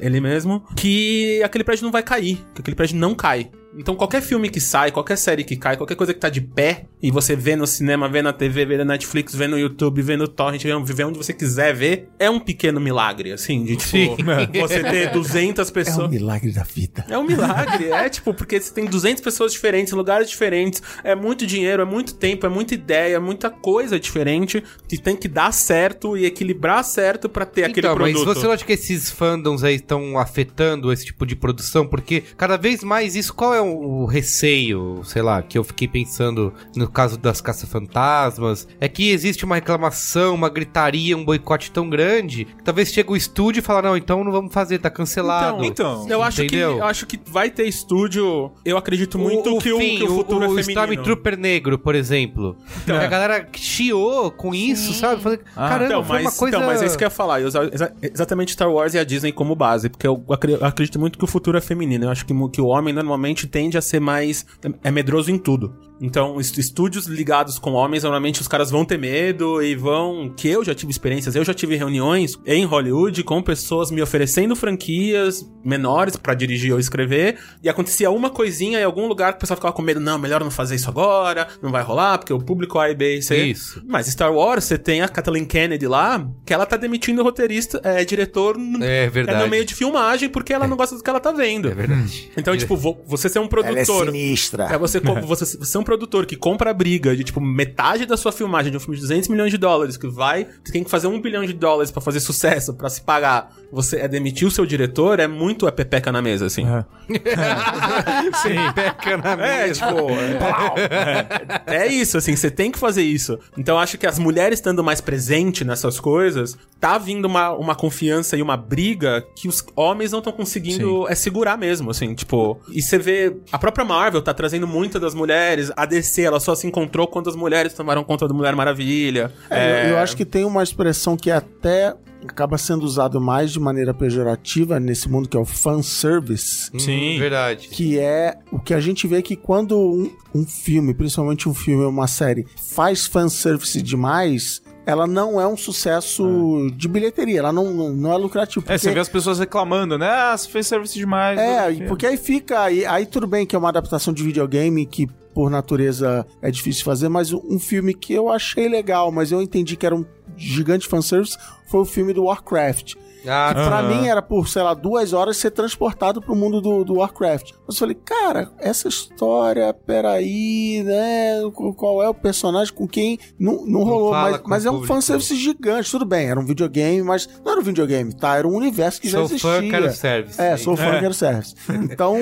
ele mesmo, que aquele prédio não vai cair, que aquele prédio não cai. Então qualquer filme que sai, qualquer série que cai, qualquer coisa que tá de pé, e você vê no cinema, vê na TV, vê na Netflix, vê no YouTube, vê no Torrent, vê onde- vê onde você quiser ver, é um pequeno milagre, assim, de tipo, você ter 200 né? É um pessoas... milagre da vida. É um milagre, é tipo, porque você tem 200 pessoas diferentes, em lugares diferentes, é muito dinheiro, é muito tempo, é muita ideia, é muita coisa diferente que tem que dar certo e equilibrar certo pra ter É aquele então, mas produto. você não acha que esses fandoms aí estão afetando esse tipo de produção? Porque cada vez mais isso, qual é o o receio, sei lá, que eu fiquei pensando no caso das caça-fantasmas? É que existe uma reclamação, uma gritaria, um boicote tão grande que talvez chegue o estúdio e fala: não, então não vamos fazer, tá cancelado. Então, Eu acho, que, Entendeu? eu acho que vai ter estúdio. Eu acredito muito que, o, fim, que o futuro é feminino. Stormtrooper negro, por exemplo. Que A galera chiou com isso, sabe? Falei, caramba, então, foi mas, uma coisa... então, mas é isso que eu ia falar. Eu usar exa- exatamente Star Wars e a Disney como base, porque eu acre- eu acredito muito que o futuro é feminino. Eu acho que, mu- que o homem normalmente tende a ser mais. é medroso em tudo. Então, est- estúdios ligados com homens, normalmente os caras vão ter medo e vão. Que eu já tive experiências, eu já tive reuniões em Hollywood com pessoas me oferecendo franquias menores pra dirigir ou escrever. E acontecia uma coisinha em algum lugar que o pessoal ficava com medo: não, melhor não fazer isso agora, não vai rolar, porque o público A e B e C. Isso. Mas Star Wars, você tem a Kathleen Kennedy lá, que ela tá demitindo o roteirista, é, diretor, n- É verdade. no meio de filmagem, porque ela não gosta do que ela tá vendo. É verdade. Então, tipo, vo- você ser um Ela é produtor. sinistra. É você, co- você, você é um produtor que compra a briga de, tipo, metade da sua filmagem de um filme de 200 milhões de dólares, que vai, que tem que fazer um bilhão de dólares pra fazer sucesso, pra se pagar. Você é demitir o seu diretor, é muito a pepeca na mesa, assim. É. Sim. Peca na É, mesa. tipo, pau. é isso, assim, você tem que fazer isso. Então eu acho que as mulheres estando mais presentes nessas coisas, tá vindo uma, uma confiança e uma briga que os homens não estão conseguindo é segurar mesmo, assim, tipo. E você vê, a própria Marvel tá trazendo muita das mulheres, a DC, ela só se encontrou quando as mulheres tomaram conta do Mulher Maravilha. É, eu- Eu acho que tem uma expressão que até acaba sendo usado mais de maneira pejorativa nesse mundo que é o fanservice. Sim. Verdade. Que é o que a gente vê que quando um, um filme, principalmente um filme ou uma série, faz fanservice demais, ela não é um sucesso de bilheteria, ela não, não- não é lucrativo. É, você porque- vê as pessoas reclamando, né? Ah, você fez serviço demais. É, não sei o né? e quê. porque aí fica. Aí, aí tudo bem que é uma adaptação de videogame que. Por natureza é difícil de fazer, mas um um filme que eu achei legal, mas eu entendi que era um gigante fanservice foi o filme do Warcraft. Ah, Que pra Aham. mim era por, sei lá, duas horas ser transportado pro mundo do, do Warcraft. Mas eu falei, cara, essa história, peraí, né? Qual é o personagem com quem? Não, não rolou, fala mas, com mas o é um público. fanservice gigante, tudo bem, era um videogame, mas não era um videogame, tá? Era um universo que já sou existia. fã, quero service. É, sou fã, quero service. Então,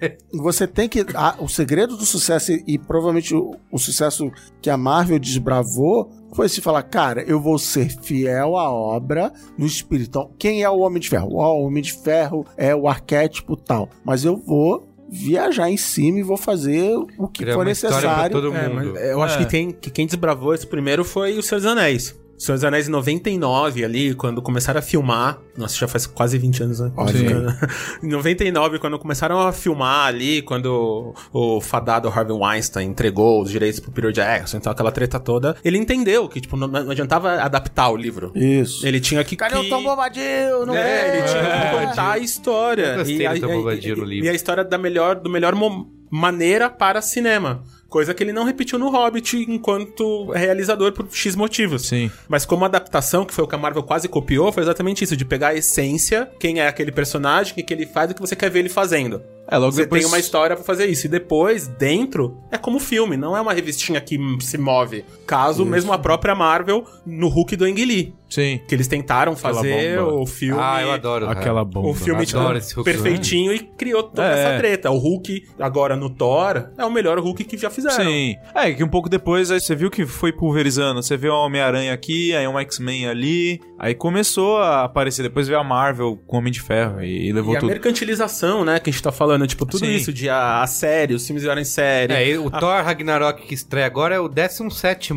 é, você tem que. a- o segredo do sucesso, e, e provavelmente o, o sucesso que a Marvel desbravou, foi se falar: cara, eu vou ser fiel à obra no espírito. Então, quem é o Homem de Ferro? O Homem de Ferro é o arquétipo tal. Mas eu vou viajar em cima e vou fazer o que Criar for uma história pra necessário. todo É, mundo. mas eu acho que, tem, que quem desbravou esse primeiro foi o Senhor dos Anéis. O Senhor dos Anéis em 99 ali, quando começaram a filmar. Nossa, já faz quase 20 anos, né? Olha aí. Em 99, quando começaram a filmar ali, quando o fadado Harvey Weinstein entregou os direitos pro Peter Jackson, então aquela treta toda, ele entendeu que, tipo, não, não adiantava adaptar o livro. Isso. Ele tinha que... Cadê o que- Tom Bombadil? Não é, ele tinha É. que contar a história. Eu gostei e a, do Tom e- Bombadil e- no livro. e a história da melhor, do melhor mo- maneira para cinema. Coisa que ele não repetiu no Hobbit enquanto realizador por X motivos. Sim. Mas como adaptação, que foi o que a Marvel quase copiou, foi exatamente isso: de pegar a essência, quem é aquele personagem, o que que ele faz e o que você quer ver ele fazendo. É, logo Você depois... tem uma história pra fazer isso. E depois, dentro, é como filme, não é uma revistinha que hum, se move. Caso mesmo a própria Marvel no Hulk do Anguili. Sim. Que eles tentaram Aquela fazer bomba. o filme. Ah, eu adoro. cara. Aquela bomba. O filme tipo, Adoro esse Hulk perfeitinho e criou toda É. essa treta. O Hulk, agora no Thor, é o melhor Hulk que já fizeram. Sim. É, que um pouco depois aí você viu que foi pulverizando. Você vê um Homem-Aranha aqui, aí um X-Men ali. Aí começou a aparecer. Depois veio a Marvel com Homem de Ferro e, e levou E a tudo. mercantilização, né, que a gente tá falando, tipo, tudo Sim. isso de a, a série, os filmes virarem série. É, e o Thor Ragnarok que estreia agora é o 17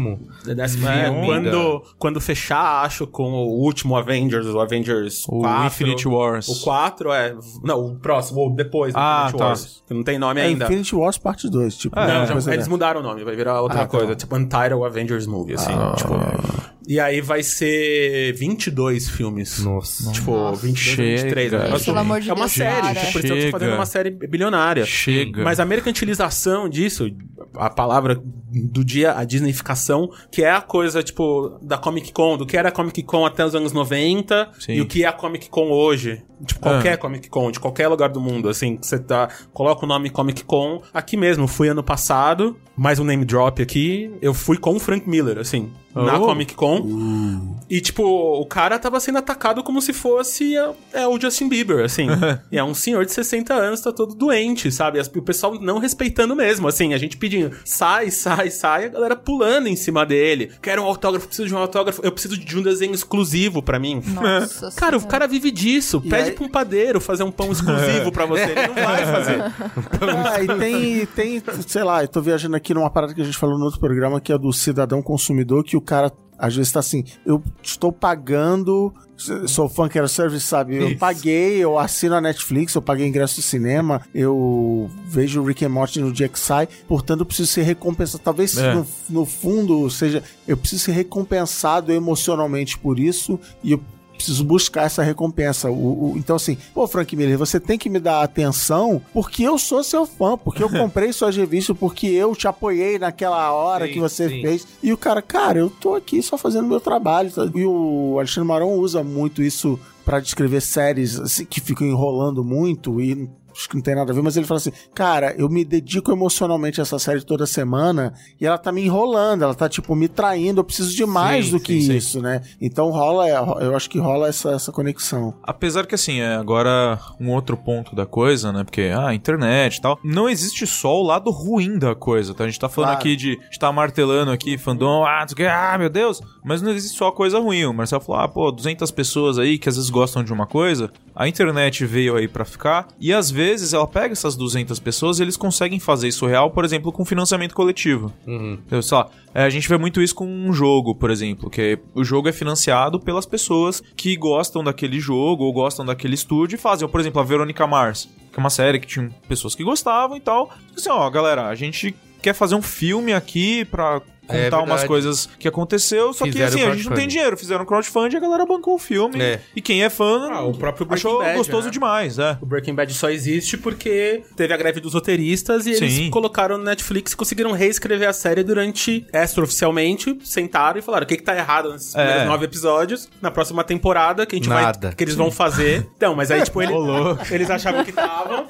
Décima- Sim, é, ainda. quando, quando fechar, acho, com o último Avengers, o Avengers O 4. Infinity Wars. O 4 é. Não, o próximo, ou depois do Ah, Infinity tá. Wars. Que não tem nome É ainda. é. Infinity Wars Parte 2, tipo. Não, uma já- coisa eles dessa. mudaram o nome, vai virar outra Ah, tá coisa. bom. Tipo, Untitled Avengers Movie, assim. tipo. E aí vai ser 22 filmes. Nossa. Tipo, 22, Chega, 23. né? gente. Nossa, Pelo amor de é uma Deus, série, cara. por isso eu tô Chega. fazendo uma série bilionária. Chega. Mas a mercantilização disso, a palavra do dia, a Disneyficação, que é a coisa, tipo, da Comic Con, do que era a Comic Con até os anos 90 Sim. e o que é a Comic Con hoje. Tipo, qualquer Ah. Comic Con, de qualquer lugar do mundo, assim, que você tá. Coloca o nome Comic Con. Aqui mesmo, fui ano passado, mais um name drop aqui. Eu fui com o Frank Miller, assim, na Oh. Comic Con. E, tipo, o cara tava sendo atacado como se fosse é, é o Justin Bieber, assim. e é um senhor de 60 anos, tá todo doente, sabe? As- O pessoal não respeitando mesmo, assim. A gente pedindo, sai, sai, sai. A galera pulando em cima dele. Quero um autógrafo, preciso de um autógrafo. Eu preciso de um desenho exclusivo pra mim. Nossa Cara, o Senhora. cara vive disso. Pede aí- pra um padeiro fazer um pão exclusivo pra você. Ele não vai fazer. Ah, e tem, e tem, sei lá, eu tô viajando aqui numa parada que a gente falou no outro programa, que é do cidadão consumidor, que o cara às vezes tá assim, eu estou pagando, s- sou fã que era service, sabe? Eu paguei, eu assino a Netflix, eu paguei ingresso de cinema, eu vejo o Rick and Morty no dia que sai, portanto eu preciso ser recompensado. Talvez É. no, no fundo seja, eu preciso ser recompensado emocionalmente por isso e eu preciso buscar essa recompensa. O, o- então, assim, pô, Frank Miller, você tem que me dar atenção porque eu sou seu fã, porque eu comprei suas revistas, porque eu te apoiei naquela hora Sim, que você sim. fez. E o cara, cara, eu tô aqui só fazendo meu trabalho. tá? E o Alexandre Maron usa muito isso pra descrever séries assim, que ficam enrolando muito e. Acho que não tem nada a ver, mas ele fala assim: Cara, eu me dedico emocionalmente a essa série toda semana e ela tá me enrolando, ela tá, tipo, me traindo. Eu preciso de mais Sim, do sim, que sim. isso, né? Então rola, eu acho que rola essa, essa conexão. Apesar que, assim, é agora um outro ponto da coisa, né? Porque, ah, internet e tal. Não existe só o lado ruim da coisa, tá? A gente tá falando Claro. aqui de. A gente tá martelando aqui, fandom, ah, não sei o quê, ah, meu Deus. Mas não existe só a coisa ruim. O Marcelo falou, ah, pô, 200 pessoas aí que às vezes gostam de uma coisa. A internet veio aí pra ficar. E às vezes ela pega essas 200 pessoas e eles conseguem fazer isso real, por exemplo, com financiamento coletivo. Eu, sei lá, é, a gente vê muito isso com um jogo, por exemplo, que o jogo é financiado pelas pessoas que gostam daquele jogo ou gostam daquele estúdio e fazem. Por exemplo, a Verônica Mars, que é uma série que Tipo tinha pessoas que gostavam e tal. Assim, ó, galera, a gente quer fazer um filme aqui pra contar É umas verdade. coisas que aconteceu, só Fizeram que assim, a gente não crowdfunding. tem dinheiro, fizeram crowdfunding e a galera bancou o filme. É. E quem é fã Ah, o próprio Breaking achou Bad, gostoso né? demais, é. O Breaking Bad só existe porque teve a greve dos roteiristas e Sim. eles colocaram no Netflix e conseguiram reescrever a série durante extra oficialmente, sentaram e falaram o que, que tá errado nesses primeiros nove episódios, na próxima temporada que a gente É. Nada. vai que eles vão fazer. Então, mas aí tipo ele- eles achavam que estavam.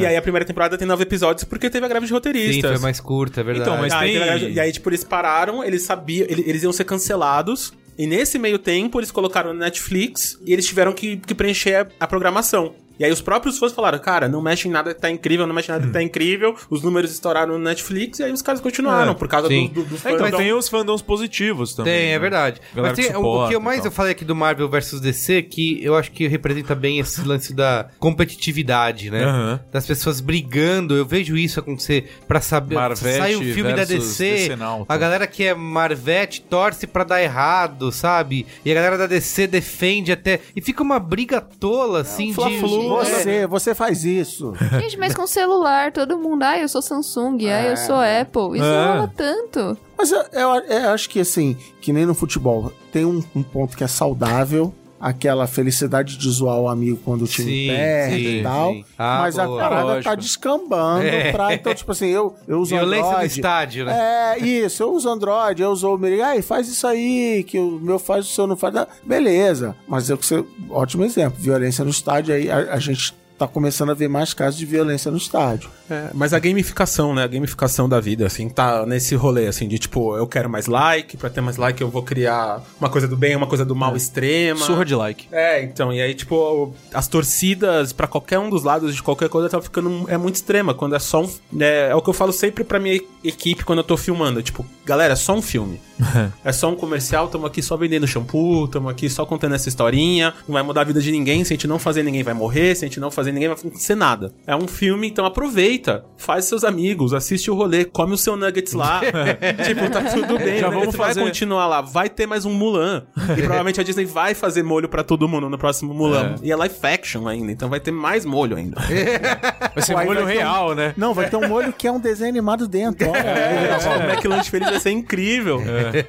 E aí a primeira temporada tem nove episódios porque teve a greve de É. Sim, roteiristas. foi mais curta, é verdade. Então, mas- Ah, tem- então, E aí, tipo, eles pararam, eles sabiam, ele- eles iam ser cancelados. E nesse meio tempo, eles colocaram no Netflix e eles tiveram que, que preencher a, a programação. E aí os próprios fãs falaram, cara, não mexe em nada que tá incrível, não mexe em nada Hum. que tá incrível. Os números estouraram no Netflix e aí os caras continuaram É, por causa sim. do, do, dos É, então, fandom. tem os fandoms positivos também. Tem, né? é verdade. Galera Mas tem, que o, o que suporta eu e mais tal. eu falei aqui do Marvel versus DC, que eu acho que representa bem esse lance da competitividade, né? Aham. Das pessoas brigando. Eu vejo isso acontecer pra saber. Marvete sai um filme da versus né? DC, Decenalto. a galera que é Marvete torce pra dar errado, sabe? E a galera da DC defende até. E fica uma briga tola, assim, de. Você, você faz isso. Gente, mas com celular, todo mundo. Ah, eu sou Samsung, ah, eu sou Apple. Isso É. rola tanto. Mas eu, eu- eu acho que assim, que nem no futebol, tem um, um ponto que é saudável, aquela felicidade de zoar o amigo quando o time Sim, perde sim, e tal. sim. Ah, mas boa. a parada Lógico. tá descambando É. pra. Então, tipo assim, eu, eu uso Violência no Android. estádio, né? É, isso, eu uso Android, eu uso o Miri, ai, faz isso aí, que o meu faz, o seu não faz. Não, Beleza, mas eu que você. Ótimo exemplo. Violência no estádio, aí a, a gente tá começando a ver mais casos de violência no estádio. É, mas a gamificação, né? A gamificação da vida, assim, tá nesse rolê, assim, de tipo, eu quero mais like, pra ter mais like eu vou criar uma coisa do bem, uma coisa do mal extrema. Surra de like. É, então, e aí, tipo, as torcidas pra qualquer um dos lados de qualquer coisa tá ficando. É muito extrema. Quando é só um. É, é o que eu falo sempre pra minha equipe quando eu tô filmando. Tipo, galera, é só um filme. é só um comercial, tamo aqui só vendendo shampoo, tamo aqui só contando essa historinha. Não vai mudar a vida de ninguém. Se a gente não fazer, ninguém vai morrer. Se a gente não fazer, ninguém vai acontecer nada. É um filme, então aproveita. Faz seus amigos, assiste o rolê, come o seu nuggets lá. tipo, tá tudo bem. Já o vamos nuggets vai fazer. continuar lá. Vai ter mais um Mulan. E provavelmente a Disney vai fazer molho pra todo mundo no próximo Mulan. E é live action ainda, então vai ter mais molho ainda. Vai ser Pô, aí molho vai ter um- real, né? Não, vai ter um olho que é um desenho animado dentro. Olha, O McLunch Feliz vai ser incrível.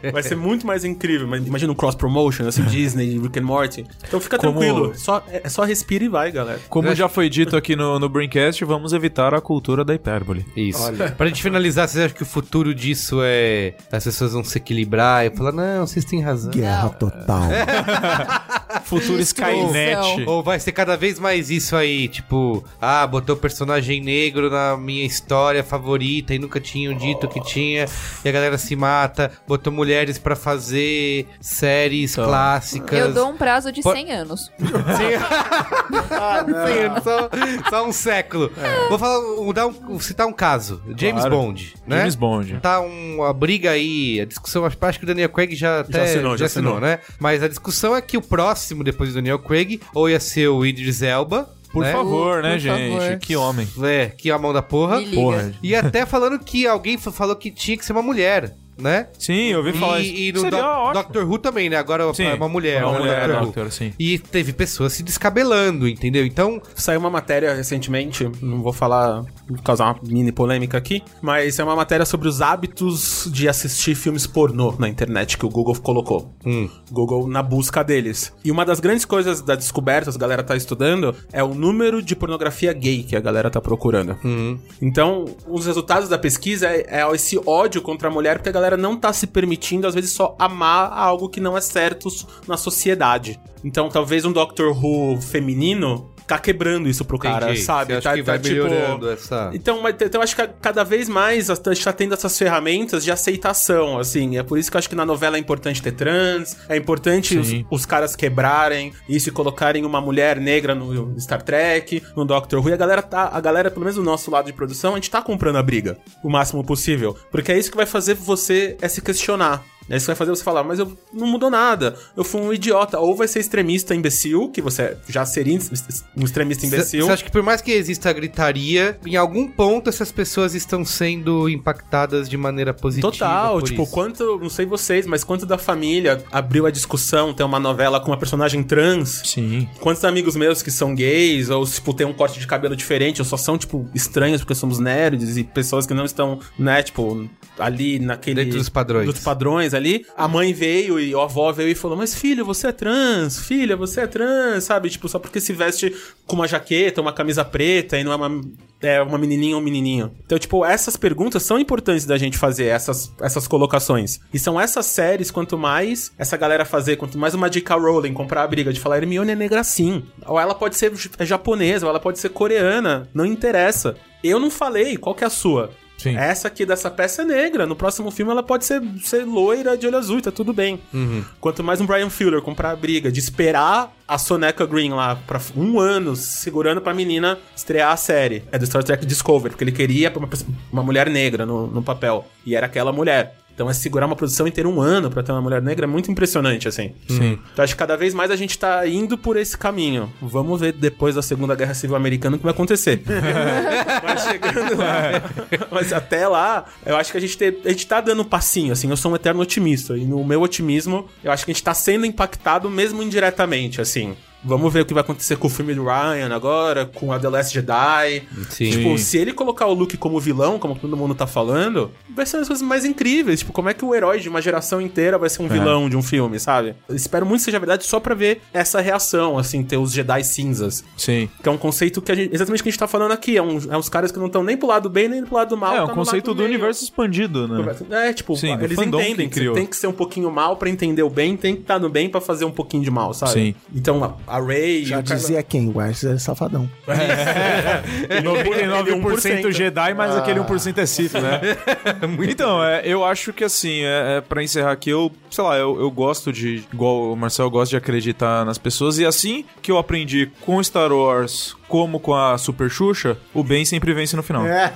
É. Vai ser muito mais incrível. Mas imagina um cross-promotion, assim, Disney, Rick and Morty. Então fica Como- tranquilo. Só, é, só respira e vai, galera. Como já foi dito aqui no, no Braincast, vamos evitar a cultura da hipérbole. Isso. Pra gente finalizar, vocês acham que o futuro disso é. As pessoas vão se equilibrar e falar, não, vocês têm razão. Guerra total. Futuro Destruição. Skynet. Ou vai ser cada vez mais isso aí, tipo, ah, botou personagem negro na minha história favorita e nunca tinham dito que tinha, e a galera se mata, botou mulheres pra fazer séries clássicas. Eu dou um prazo de Po- 100 anos. Ah, Sim, só, só um século. Vou falar, um- dar um- citar um caso. James É. Claro. Bond, né? James Bond. Tá uma briga aí, a discussão, acho acho que o Daniel Craig já, até, assinou, já assinou. né? Mas a discussão é que o próximo, depois do Daniel Craig, ou ia ser o Idris Elba, Por né? favor, né, Por gente? favor. Que homem. É, que é a mão da porra. Me Porra. liga. E até falando que alguém fa- falou que tinha que ser uma mulher, né? Sim, eu ouvi falar isso. E, e no Seria Doc- ótimo. Doctor Who também, né? Agora Sim, é uma mulher, uma né? mulher, Doctor Who. Doctor, sim. E teve pessoas se descabelando, entendeu? Então, Saiu uma matéria recentemente, não vou falar, vou causar uma mini polêmica aqui, mas é uma matéria sobre os hábitos de assistir filmes pornô na internet que o Google colocou. Google na busca deles. E uma das grandes coisas da descoberta, a galera tá estudando, é o número de pornografia gay que a galera tá procurando. Então, um dos resultados da pesquisa é, é esse ódio contra a mulher, porque a galera não tá se permitindo, às vezes, só amar algo que não é certo s- na sociedade. Então, talvez um Doctor Who feminino tá quebrando isso pro cara, entendi. sabe? Você acha tá, que tá, vai melhorando essa... então, mas- então, eu acho que cada vez mais a gente tá tendo essas ferramentas de aceitação, assim. É por isso que eu acho que na novela é importante ter trans, é importante os, Sim. os caras quebrarem isso e colocarem uma mulher negra no Star Trek, no Doctor Who. E a galera tá, a galera, pelo menos do nosso lado de produção, a gente tá comprando a briga o máximo possível. Porque é isso que vai fazer você é se questionar. Aí isso vai fazer você falar, mas eu não mudou nada, eu fui um idiota. Ou vai ser extremista imbecil, que você é, já seria um extremista imbecil. Você acha que por mais que exista a gritaria, em algum ponto essas pessoas estão sendo impactadas de maneira positiva? Total, por tipo, isso? quanto, não sei vocês, mas quanto da família abriu a discussão, tem uma novela com uma personagem trans? Sim. Quantos amigos meus que são gays, ou tipo, tem um corte de cabelo diferente, ou só são, tipo, estranhos porque somos nerds e pessoas que não estão, né, tipo, ali naquele. Dentro dos padrões. Dos padrões ali. A mãe veio e a avó veio e falou: Mas filho, você é trans, filha, você é trans, sabe? Tipo, só porque se veste com uma jaqueta, uma camisa preta e não é uma. É uma menininha ou um menininho. Então, tipo, essas perguntas são importantes da gente fazer, essas, essas colocações. E são essas séries, quanto mais essa galera fazer, quanto mais uma dica Rowling comprar a briga de falar Hermione é negra sim. Ou ela pode ser j- é japonesa, ou ela pode ser coreana, não interessa. Eu não falei, qual que é a sua? Sim. Essa aqui dessa peça é negra. No próximo filme ela pode ser, ser loira de olho azul, tá tudo bem. Quanto mais um Brian Fuller comprar a briga de esperar a Soneca Green lá pra f- um ano segurando pra menina estrear a série. É do Star Trek Discovery, porque ele queria uma, pers- uma mulher negra no, no papel. E era aquela mulher. Então é segurar uma produção inteira um ano pra ter uma mulher negra é muito impressionante, assim. Sim. Então acho que cada vez mais a gente tá indo por esse caminho. Vamos ver depois da Segunda Guerra Civil Americana o que vai acontecer. Mas chegando lá. Mas até lá, eu acho que a gente, te- a gente tá dando um passinho, assim. Eu sou um eterno otimista. E no meu otimismo, eu acho que a gente tá sendo impactado mesmo indiretamente, assim. Vamos ver o que vai acontecer com o filme do Ryan agora, com a The Last Jedi. Sim. Tipo, se ele colocar o Luke como vilão, como todo mundo tá falando, vai ser uma das coisas mais incríveis. Tipo, como é que o herói de uma geração inteira vai ser um vilão de um filme, sabe? Eu espero muito que seja verdade só pra ver essa reação, assim, ter os Jedi cinzas. Sim. Que é um conceito que a gente, exatamente o que a gente tá falando aqui. É, um, é uns caras que não estão nem pro lado bem, nem pro lado mal. É, tá o no conceito lado do meio. universo expandido, né? É, tipo, Sim, do eles fandom que entendem que, você criou. tem que ser um pouquinho mal pra entender o bem, tem que estar no bem pra fazer um pouquinho de mal, sabe? Sim. Então, a- a Ray... Já dizia quem? O Ash é safadão. É. 99% Jedi, mas aquele 1% é Sith, né? então, é, eu acho que assim, é, é, pra encerrar aqui, eu, sei lá, eu, eu gosto de, igual o Marcel, eu gosto de acreditar nas pessoas. E assim que eu aprendi com Star Wars, como com a Super Xuxa, o bem sempre vence no final. É,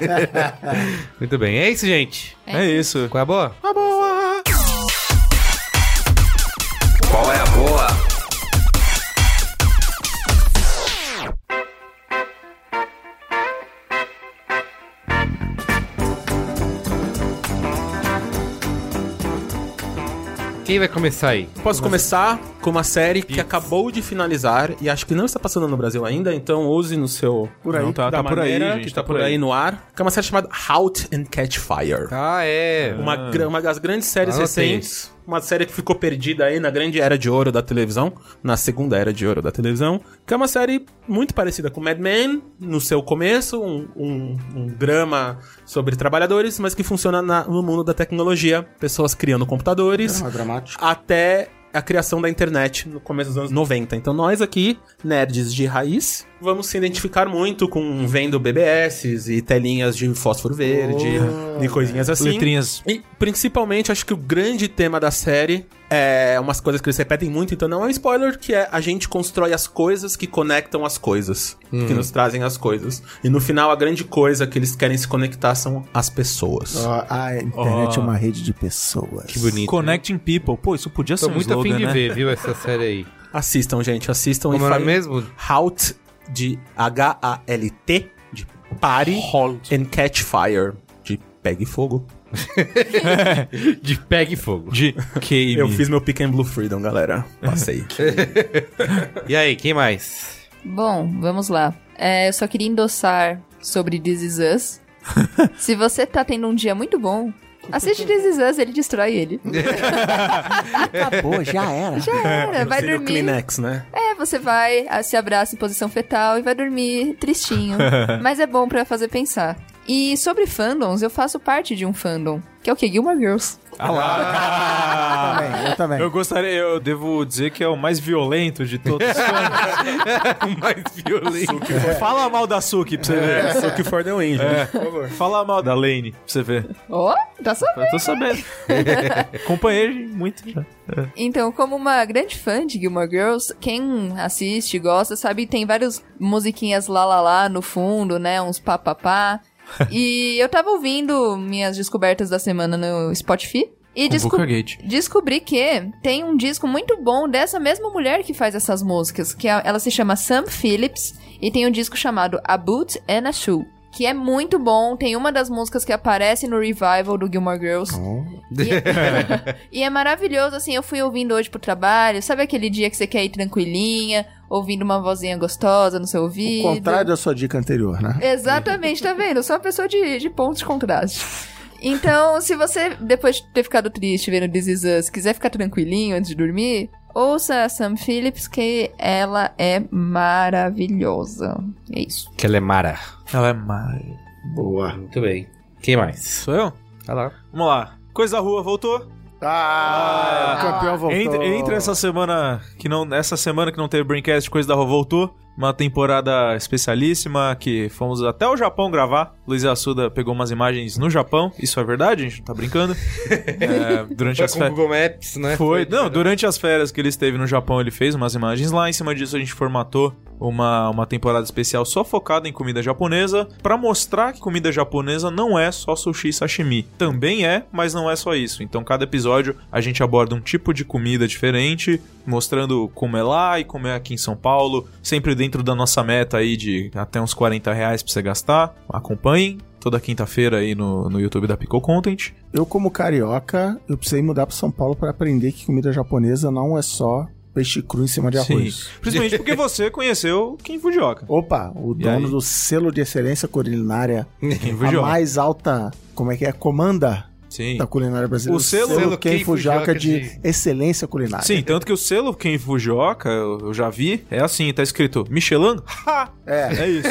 Muito bem, é isso, gente. isso. Qual é a boa? Ah. Qual é a boa? Quem vai começar aí? Posso começar com uma série que acabou de finalizar e acho que não está passando no Brasil ainda, então use no seu. Por aí. Não, tá, Da tá por aí, maneira gente, que tá, por aí. no ar. Que é uma série chamada Halt and Catch Fire. Ah, é. Uma, gra- uma das grandes séries Anotei. recentes. Uma série que ficou perdida aí na grande era de ouro da televisão. Na segunda era de ouro da televisão. Que é uma série muito parecida com Mad Men, no seu começo. Um, um- um drama sobre trabalhadores, mas que funciona na- no mundo da tecnologia. Pessoas criando computadores Ah, Drama dramático. até a criação da internet no começo dos anos 90. Então nós aqui, nerds de raiz, vamos se identificar muito com vendo BBS e telinhas de fósforo verde Oh, e coisinhas assim. Letrinhas. E principalmente, acho que o grande tema da série é umas coisas que eles repetem muito, então não é um spoiler, que é a gente constrói as coisas que conectam as coisas, que nos trazem as coisas. E no final, a grande coisa que eles querem se conectar são as pessoas. Ó, a internet Ó. é uma rede de pessoas. Que bonito. Connecting People. Pô, isso podia ser né? Tô um muito afim slogan, de né? ver, viu, essa série aí. Um Assistam, gente, assistam Como e era falem- mesmo? Halt de H-A-L-T, de pare, and catch fire, de pegue fogo. De Pegue Fogo. De Cave. Eu fiz meu Pick and Blue Freedom, galera. Passei. E aí, quem mais? Bom, vamos lá. É, eu só queria endossar sobre This Is Us. Se você tá tendo um dia muito bom, assiste This Is Us, ele destrói ele. Acabou, já era. Já era, vai Seria o dormir. Kleenex, né? É, você vai, ah, se abraça em posição fetal e vai dormir tristinho. Mas é bom pra fazer pensar. E sobre fandoms, eu faço parte de um fandom, que é o que? Gilmore Girls. Ah lá. Também, eu também. Eu gostaria, eu devo dizer que é o mais violento de todos. O mais violento. Fala mal da Suki pra você ver. É. Só que for the win, gente. Fala mal da Lane pra você ver. Ó, tá só Eu tô sabendo. Acompanhei muito já. Então, como uma grande fã de Gilmore Girls, quem assiste, gosta, sabe, tem várias musiquinhas lá lá lá no fundo, né? Uns papapá. e eu tava ouvindo minhas descobertas da semana no Spotify. E Com desco- Bookergate. descobri que tem um disco muito bom dessa mesma mulher que faz essas músicas, que é- ela se chama Sam Phillips e tem um disco chamado A Boot and a Shoe. Que é muito bom, tem uma das músicas que aparece no revival do Gilmore Girls. E, e é maravilhoso, assim, eu fui ouvindo hoje pro trabalho, sabe aquele dia que você quer ir tranquilinha, ouvindo uma vozinha gostosa no seu O ouvido? contrário da sua dica anterior, né? Exatamente, tá vendo? Eu sou uma pessoa de, de pontos de contraste. Então, se você, depois de ter ficado triste vendo This Is Us, quiser ficar tranquilinho antes de dormir, ouça a Sam Phillips, que ela é maravilhosa. É isso. Que ela é mara. Ela é mais. Boa. Muito bem. Quem mais? Sou eu? Olha lá. Vamos lá. Coisa da rua, voltou? Ah. Ah, o campeão voltou. Entre, entre essa semana que não. Essa semana que não teve Braincast, Coisa da Rua voltou. Uma temporada especialíssima que fomos até o Japão gravar. Luiz Assuda pegou umas imagens no Japão. Isso é verdade, a gente não tá brincando. É, durante Foi as Tá com o férias. Google Maps, né? Foi. Não, durante as férias que ele esteve no Japão, ele fez umas imagens lá. Em cima disso, a gente formatou uma, uma temporada especial só focada em comida japonesa, pra mostrar que comida japonesa não é só sushi e sashimi. Também é, mas não é só isso. Então, cada episódio a gente aborda um tipo de comida diferente, mostrando como é lá e como é aqui em São Paulo, sempre dentro da nossa meta aí de até uns 40 reais pra você gastar. Acompanhem. Toda quinta-feira aí no, no YouTube da Pico Content. Eu, como carioca, eu precisei mudar pra São Paulo pra aprender que comida japonesa não é só peixe cru em cima de arroz. Principalmente porque você conheceu o Kim Fujioka. Opa, o E dono aí? do selo de excelência culinária, Quem a mais alta, como é que é, comanda Sim. da culinária brasileira. O selo- selo Ken Ken Fujioka Fujioka de, de- excelência culinária. Sim, tanto que o selo Ken Fujioka, eu eu já vi, é assim, tá escrito Michelin? Ha! É, É isso.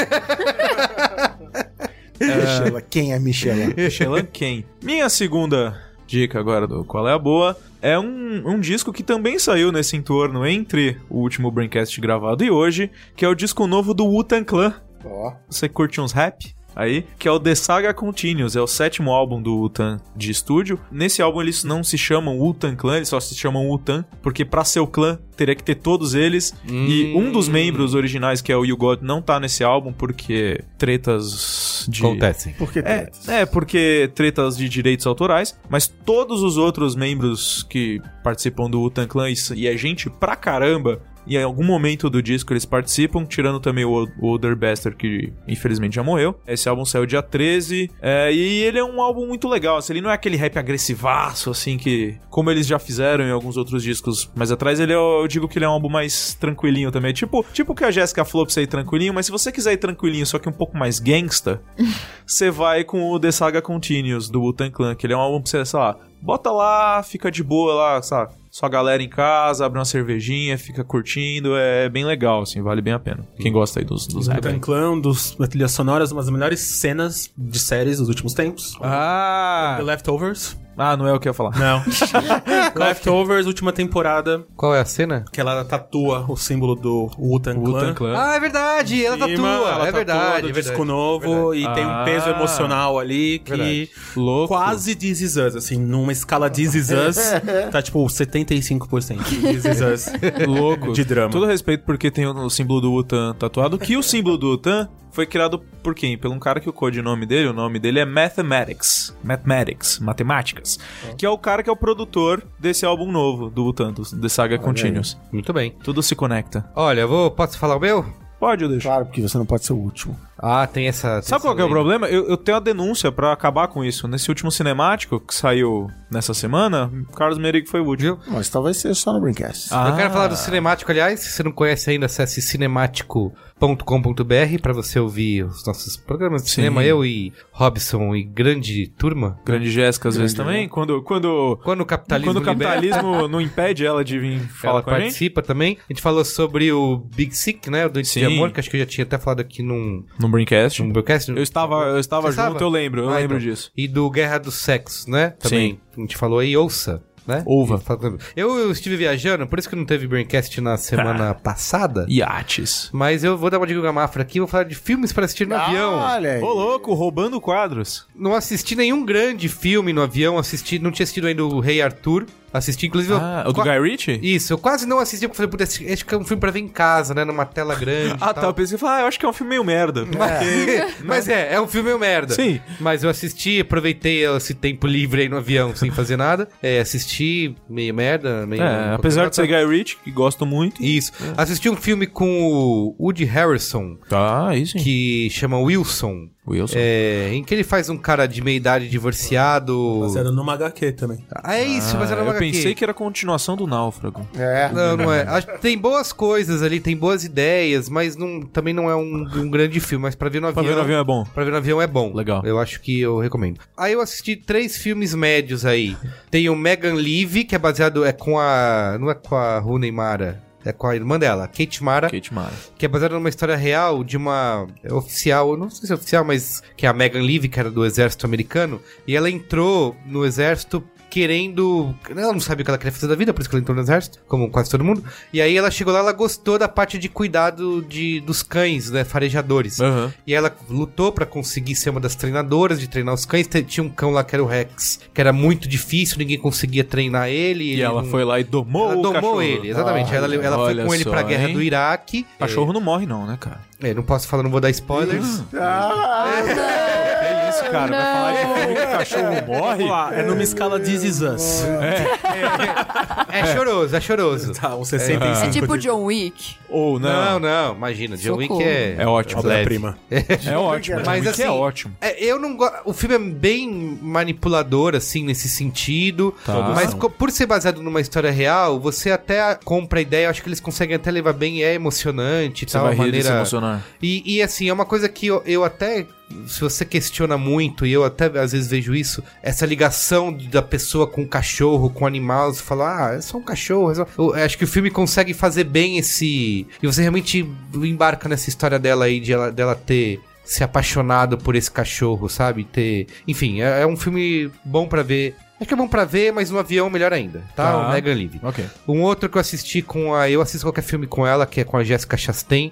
Michelin. Quem é Michelin? Michelin Ken. Minha segunda dica agora do Qual é a Boa é um, um disco que também saiu nesse entorno entre o último Braincast gravado e hoje, que é o disco novo do Wu-Tang Clan. Ó. Você curte uns rap? Aí, que é o The Saga Continues, é o sétimo álbum do Utan de estúdio. Nesse álbum eles não se chamam Utan Clan, eles só se chamam Utan, porque pra ser o clã teria que ter todos eles. E um dos membros originais, que é o You God, não tá nesse álbum porque tretas de. Acontecem. Porque É, é, porque tretas de direitos autorais, mas todos os outros membros que participam do Utan Clan, e s- e é gente pra caramba, e em algum momento do disco eles participam, tirando também o o Older Bastard, que infelizmente já morreu. Esse álbum saiu dia 13, é, e ele é um álbum muito legal, assim, ele não é aquele rap agressivaço, assim, que como eles já fizeram em alguns outros discos mais atrás, ele é, o- eu digo que ele é um álbum mais tranquilinho também, tipo, tipo que a Jéssica falou pra você ir tranquilinho, mas se você quiser ir tranquilinho, só que um pouco mais gangsta, você vai com o The Saga Continues do Wu-Tang Clan, que ele é um álbum pra você, sei lá, bota lá, fica de boa lá, sabe? Sua galera em casa, abre uma cervejinha, fica curtindo, é bem legal, assim, vale bem a pena. Quem gosta aí dos, dos rap. Wu-Tang Clan, um dos, das trilhas sonoras, uma das melhores cenas de séries dos últimos tempos. The Ah! Leftovers. Ah, não é o que eu ia falar. Não. Leftovers, última temporada, Qual é a cena? que ela tatua o símbolo do Wu-Tang Wu-Tang Clan. Clan. Ah, é verdade! Ela tá Em cima, tatua! ela é tatua verdade. do é disco verdade. novo e tem um peso Ah. emocional ali que Verdade. Louco. quase This Is Us, assim, numa escala This Is Us, tá tipo 75% This Is Us. Louco. De drama. Todo respeito porque tem o, o símbolo do Utan tatuado, que o símbolo do Utan foi criado por quem? Por um cara que o codinome dele, o nome dele é Mathematics. Mathematics, matemáticas. Que é o cara que é o produtor desse álbum novo do Utan, do The Saga Continuous. Muito bem. Tudo se conecta. Olha, eu vou. Posso falar o meu? Pode, eu deixo. Claro, porque você não pode ser o último. Ah, tem essa. tem Sabe essa qual que é o lei. problema? Eu, eu tenho a denúncia pra acabar com isso. Nesse último cinemático que saiu nessa semana, Carlos Merigo foi o último. Mas talvez seja só no Braincast. Ah. Eu quero falar do Cinemático, aliás. Se você não conhece ainda, acesse cinemático.com.br para você ouvir os nossos programas de Sim. cinema. Eu e Robson e grande turma. Grande Jéssica, às vezes também. Quando, quando Quando o capitalismo. Quando o libera- capitalismo não impede ela de vir falar Ela com a gente. participa também. A gente falou sobre o Big Sick, né? O Doente de Sim. Amor, que acho que eu já tinha até falado aqui num, No Braincast. um num broadcast. Eu estava, eu estava Você junto, estava? eu lembro, eu Ah, lembro então. disso. E do Guerra dos Sexos, né? Também. Sim. A gente falou aí, ouça. Né? Ouva. Eu, eu estive viajando, por isso que não teve Braincast na semana passada. Iates. Mas eu vou dar uma dica gamafra aqui, vou falar de filmes para assistir no avião. Olha aí. Ô, louco, roubando quadros. Não assisti nenhum grande filme no avião, assisti, não tinha assistido ainda o Rei Arthur. Assisti, inclusive. eu- Ah, o do qua- Guy Ritchie? Isso, eu quase não assisti, porque eu falei, puta, esse esse é um filme pra ver em casa, né? Numa tela grande. e Ah, tá. tal. Eu pensei, ah, eu acho que é um filme meio merda. Mas, mas é, é um filme meio merda. Sim. Mas eu assisti, aproveitei esse tempo livre aí no avião, sem fazer nada. É, assisti meio merda, meio... É, apesar de ser É. Guy Ritchie, que gosto muito. Isso. Assisti um filme com o Woody Harrison, Tá, aí sim. que chama Wilson. Wilson. É, em que ele faz um cara de meia-idade divorciado... Baseado numa HQ também. Ah, é isso, mas era uma eu pensei HQ. que era continuação do Náufrago. É. Não, não é. Acho que Tem boas coisas ali, tem boas ideias, mas não, também não é um, um grande filme. Mas pra ver no Pra avião... ver no avião é bom. Pra ver no avião é bom. Legal. Eu acho que eu recomendo. Aí eu assisti três filmes médios aí. Tem o Megan Levy, que é baseado é com a, não é com a Rooney Mara, é com a irmã dela, Kate Mara, Kate Mara. que é baseado numa história real de uma oficial, eu não sei se é oficial, mas que é a Megan Levy, que era do exército americano, e ela entrou no exército querendo, ela não sabia o que ela queria fazer da vida, por isso que ela entrou no exército, como quase todo mundo. E aí ela chegou lá, ela gostou da parte de cuidado de dos cães, né, farejadores. Aham. E ela lutou pra conseguir ser uma das treinadoras de treinar os cães. Te- Tinha um cão lá que era o Rex, que era muito difícil, ninguém conseguia treinar ele. E ele ela não- foi lá e domou Ela o domou cachorro. ele, exatamente. Ah, ela ela foi olha com ele só, pra guerra hein? do Iraque. Cachorro não morre não, né, cara? É, é, não posso falar, não vou dar spoilers. É isso, cara. Vai falar que o filme que cachorro morre? Vamos lá, é numa escala This Is Us. É choroso, é choroso. Tá, um 65. Ah. É tipo John Wick. Ou Não, não. não, imagina. John Wick Socorro. é. É ótimo. leve. Obra-prima. É ótimo. Mas Mas é assim- ótimo. É, eu não gosto. O filme é bem manipulador, assim, nesse sentido. Tá. Mas co- por ser baseado numa história real, você até compra a ideia, eu acho que eles conseguem até levar bem, e é emocionante e Você tal. vai a rir e se maneira... emocionar. E, e, assim, é uma coisa que eu, eu até. Se você questiona muito, e eu até às vezes vejo isso, essa ligação da pessoa com o cachorro, com o animal, você fala, ah, é só um cachorro. é só-". Eu acho que o filme consegue fazer bem esse. E você realmente embarca nessa história dela aí, de ela, dela ter se apaixonado por esse cachorro, sabe? Ter. Enfim, é, é um filme bom pra ver. Acho que é bom pra ver, mas no avião melhor ainda, tá? Tá. O Megan Levy. Ok. Um outro que eu assisti com a. Eu assisto qualquer filme com ela, que é com a Jessica Chastain,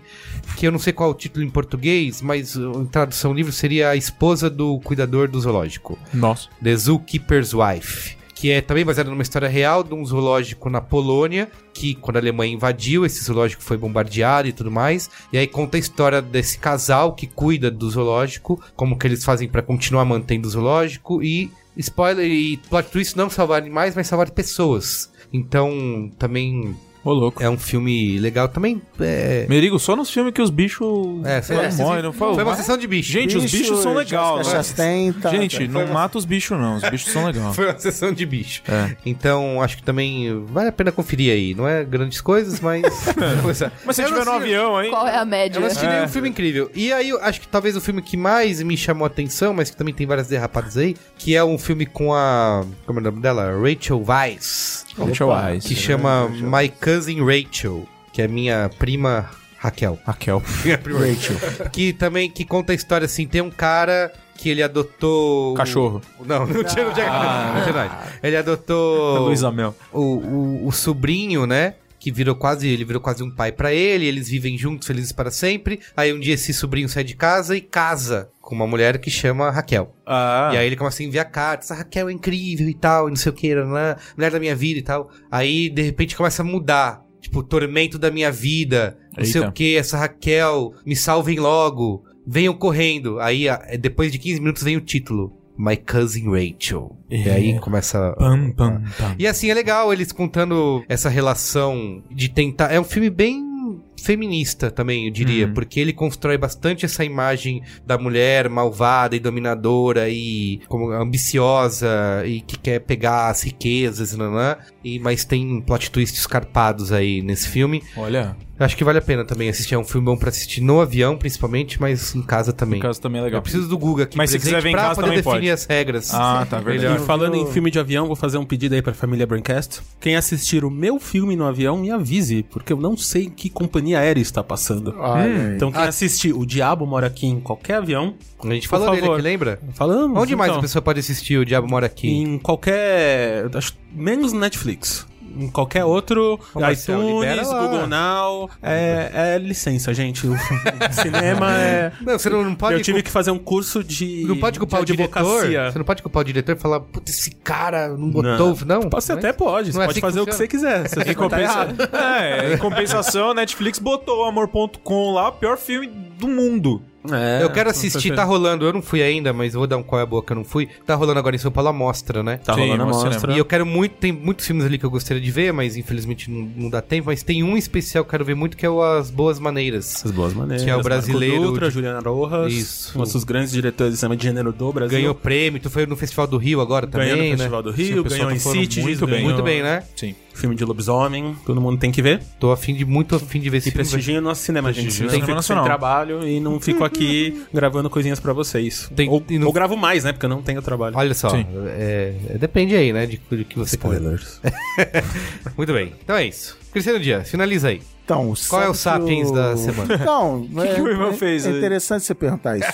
que eu não sei qual é o título em português, mas uh, em tradução livre seria A Esposa do Cuidador do Zoológico. Nossa. The Zookeeper's Wife. Que é também baseada numa história real de um zoológico na Polônia, que quando a Alemanha invadiu, esse zoológico foi bombardeado e tudo mais. E aí conta a história desse casal que cuida do zoológico, como que eles fazem pra continuar mantendo o zoológico e. Spoiler e plot twist não salvar animais, mas salvar pessoas. Então, também Ô, louco. é um filme legal também. É, Merigo, só nos filmes que os bichos é, sei lá, não vocês- morrem, não foi? Foi uma sessão de bicho. Gente, os bichos são legal, né? Gente, não uma- mata os bichos, não. Os bichos são legal. Foi uma sessão de bicho. É. Então, acho que também vale a pena conferir aí. Não é grandes coisas, mas. Mas se Eu não tiver no sei- avião, hein? Qual é a média? Eu não assisti nenhum É. filme incrível. E aí, eu acho que talvez o filme que mais me chamou a atenção, mas que também tem várias derrapadas aí, que é um filme com a. Como é o nome dela? Rachel Weisz. Rachel Weisz. Que chama My Cousin Rachel, que é minha prima Raquel. Raquel. Rachel. Que também que conta a história assim: tem um cara que ele adotou. Cachorro. Ah. Não, não tinha. Não tinha não tinha nada. Ele adotou. Luísa Mel. o, o, o sobrinho, né? Que virou quase, ele virou quase um pai pra ele, eles vivem juntos, felizes para sempre. Aí um dia esse sobrinho sai de casa e casa com uma mulher que chama Raquel. Ah. E aí ele começa a enviar cartas, a Raquel é incrível e tal, e não sei o que, nanã, mulher da minha vida e tal. Aí, de repente, começa a mudar. Tipo, tormento da minha vida, não sei Eita. o que, essa Raquel, me salvem logo, venham correndo. Aí, a- é, depois de 15 minutos, vem o título. My Cousin Rachel. E aí começa. É. Pam, pam, pam. E assim, é legal eles contando essa relação de tentar. É um filme bem feminista também, eu diria, Uhum. porque ele constrói bastante essa imagem da mulher malvada e dominadora e como ambiciosa e que quer pegar as riquezas e nanã, e mas tem um plot twists escarpados aí nesse filme. Olha, Eu acho que vale a pena também assistir, é um filme bom pra assistir no avião principalmente, mas em casa também. o caso também é legal. Eu preciso do Guga aqui Mas se presente quiser ver em pra casa poder também definir pode. as regras. Ah, tá, Melhor. verdade. Eu E falando em filme de avião, vou fazer um pedido aí pra família Braincast. Quem assistir o meu filme no avião, me avise, porque eu não sei em que companhia aérea está passando. Então Ah. quem assistir O Diabo Mora Aqui em qualquer avião, A gente Por falou dele favor. aqui, lembra? falamos. Onde mais a então. pessoa pode assistir O Diabo Mora Aqui? Em qualquer. acho- menos Netflix. em qualquer outro Marcel, libera iTunes, lá. Google Now. É, é licença, gente. O cinema é. Não, você não, não pode. Eu tive que fazer um curso de. Não pode culpar de o diretor? advocacia. Você não pode culpar o diretor e falar, puta, esse cara não botou, não? não? Você até pode, você Não é pode assim que fazer o que funciona? você quiser. Você só tá errado. É, em compensação, a Netflix botou o Amor.com lá, o pior filme do mundo. É, eu quero com assistir, certeza. tá rolando, eu não fui ainda, mas vou dar um qual é a boa que eu não fui. Tá rolando agora em São Paulo a mostra, né? Tá Sim, rolando a no cinema. mostra. E eu quero muito, tem muitos filmes ali que eu gostaria de ver, mas infelizmente não, não dá tempo, mas tem um especial que eu quero ver muito que é o As Boas Maneiras. Essas boas maneiras. Que é o brasileiro Marco Dutra, de- Juliana Rojas. Isso. Nossos grandes diretores de cinema de gênero do Brasil. Ganhou prêmio, tu foi no Festival do Rio agora também, Ganhou no né? Festival do Sim, o Rio, pessoal ganhou tá em falando Cities, muito bem. ganhou Muito bem, né? Sim. Filme de lobisomem, todo mundo tem que ver. Tô afim de muito afim de ver esse E filme. prestigiem o nosso cinema, gente. Prestigiem Eu o fico cinema sem nacional. trabalho e não fico aqui gravando coisinhas pra vocês. Tem- ou, e não- ou gravo mais, né? Porque eu não tenho trabalho. Olha só, Sim. é, é- depende aí, né, de, de que você quiser. Muito bem, então é isso. Cristiano Dias, finaliza aí. Então, Qual é o sabe que Sapiens da semana? Então, é, que o irmão é- fez é aí? interessante você perguntar isso.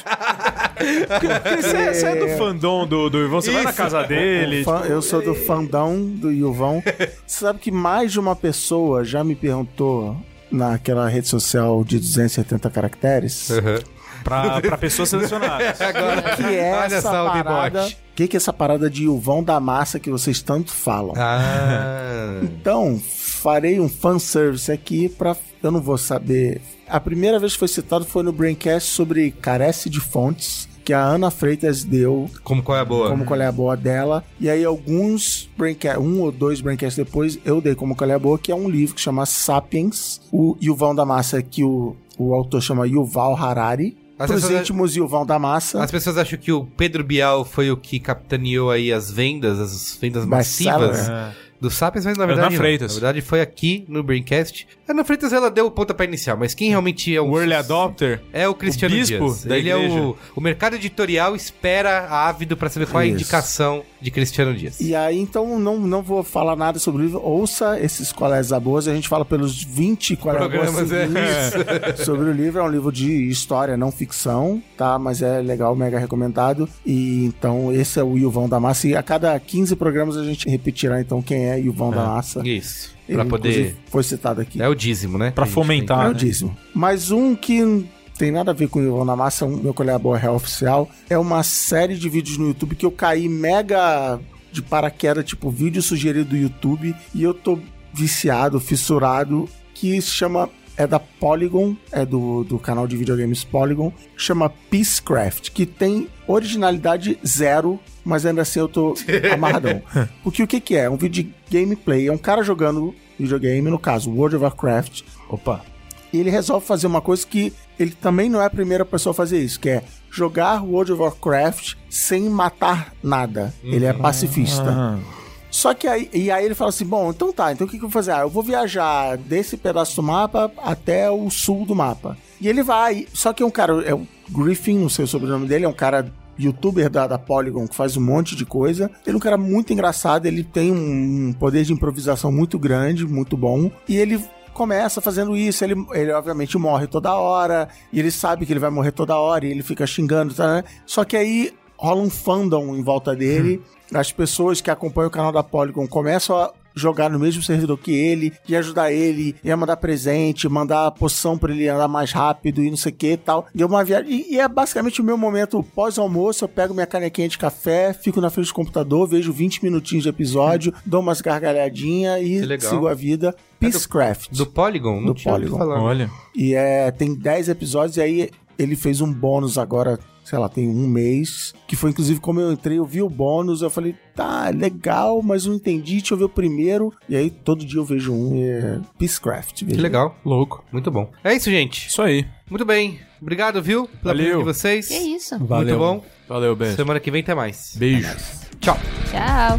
Você é, você é do fandom do, do Ivan, você vai na casa dele. tipo- O É, fã- eu sou do fandão do Ilvão. Você sabe que mais de uma pessoa já me perguntou naquela rede social de 270 caracteres É. Pra, pra pessoa selecionada. Agora, que é olha essa só o parada. deboche. O que, que é essa parada de Ilvão da massa que vocês tanto falam? Ah, Então, farei um fanservice aqui pra. Eu não vou saber. A primeira vez que foi citado foi no Braincast sobre carece de fontes, que a Ana Freitas deu como qual é a boa? como qual é a boa dela. E aí, alguns Braincast, um ou dois Braincasts depois, eu dei como qual é a boa, que é um livro que chama Sapiens, o Yuvão da Massa, que o, o autor chama Yuval Harari. As Pros pessoas- íntimos, Yuvão da Massa. As pessoas acham que o Pedro Bial foi o que capitaneou aí as vendas, as vendas Best massivas seller. do Sapiens, mas na Ana verdade. não. Freitas. Na verdade, foi aqui no Braincast. A Ana Freitas é ela deu o pontapé inicial, mas quem realmente é o. O early adopter. É o Cristiano O bispo Dias. da Ele é o, igreja. o mercado editorial espera ávido pra saber qual é a Isso. indicação de Cristiano Dias. E aí, então, não, não vou falar nada sobre o livro. Ouça esses colegas aboas. A gente fala pelos 20 colegas Programas, é. sobre o livro. É um livro de história, não ficção, tá? Mas é legal, mega recomendado. E, então, esse é o Yuvão da Massa. E a cada 15 programas a gente repetirá, então, quem é Yuvão da Massa. Isso. Ele, pra poder. inclusive, Foi citado aqui. É o dízimo, né? Pra A gente fomentar. É né? o dízimo. Mas um que não tem nada a ver com o Yvonne na Massa, um meu colega boa real oficial, é uma série de vídeos no YouTube que eu caí mega de paraquedas, tipo vídeo sugerido do YouTube, e eu tô viciado, fissurado, que se chama. É da Polygon, é do, do canal de videogames Polygon, chama Peacecraft, que tem originalidade zero, mas ainda assim eu tô amarradão. Porque o que que é? É um vídeo de gameplay, é um cara jogando videogame, no caso World of Warcraft, Opa. e ele resolve fazer uma coisa que ele também não é a primeira pessoa a fazer isso, que é jogar World of Warcraft sem matar nada. Ele é pacifista. Ah. Só que aí, e aí ele fala assim: bom, então tá, então o que, que eu vou fazer? Ah, eu vou viajar desse pedaço do mapa até o sul do mapa. E ele vai, só que é um cara, é o Griffin, não sei o sobrenome dele, é um cara youtuber da, da Polygon que faz um monte de coisa. Ele é um cara muito engraçado, ele tem um poder de improvisação muito grande, muito bom. E ele começa fazendo isso, ele, ele obviamente morre toda hora, e ele sabe que ele vai morrer toda hora, e ele fica xingando, tá, né? Só que aí rola um fandom em volta dele. Hum. As pessoas que acompanham o canal da Polygon começam a jogar no mesmo servidor que ele, e ajudar ele, e a mandar presente, mandar poção pra ele andar mais rápido e não sei o que e tal. Deu uma viagem. E, e é basicamente o meu momento pós-almoço. Eu pego minha canequinha de café, fico na frente do computador, vejo 20 minutinhos de episódio, dou umas gargalhadinhas Hum. Que e legal. sigo a vida. Peacecraft. Do Polygon? Não Do tinha ouvido Polygon. falar. Olha. E é, tem 10 episódios, e aí ele fez um bônus agora, sei lá, tem um mês. Que foi inclusive como eu entrei, eu vi o bônus, eu falei, tá, legal, mas não entendi, deixa eu ver o primeiro. E aí todo dia eu vejo um. e É Peacecraft. Que veja. legal. Louco. Muito bom. É isso, gente. Isso aí. Muito bem. Obrigado, viu? Pela presença Valeu. de vocês. Que isso. Muito bom. Valeu, beijo. Semana que vem tem mais. Beijo. Tchau. Tchau.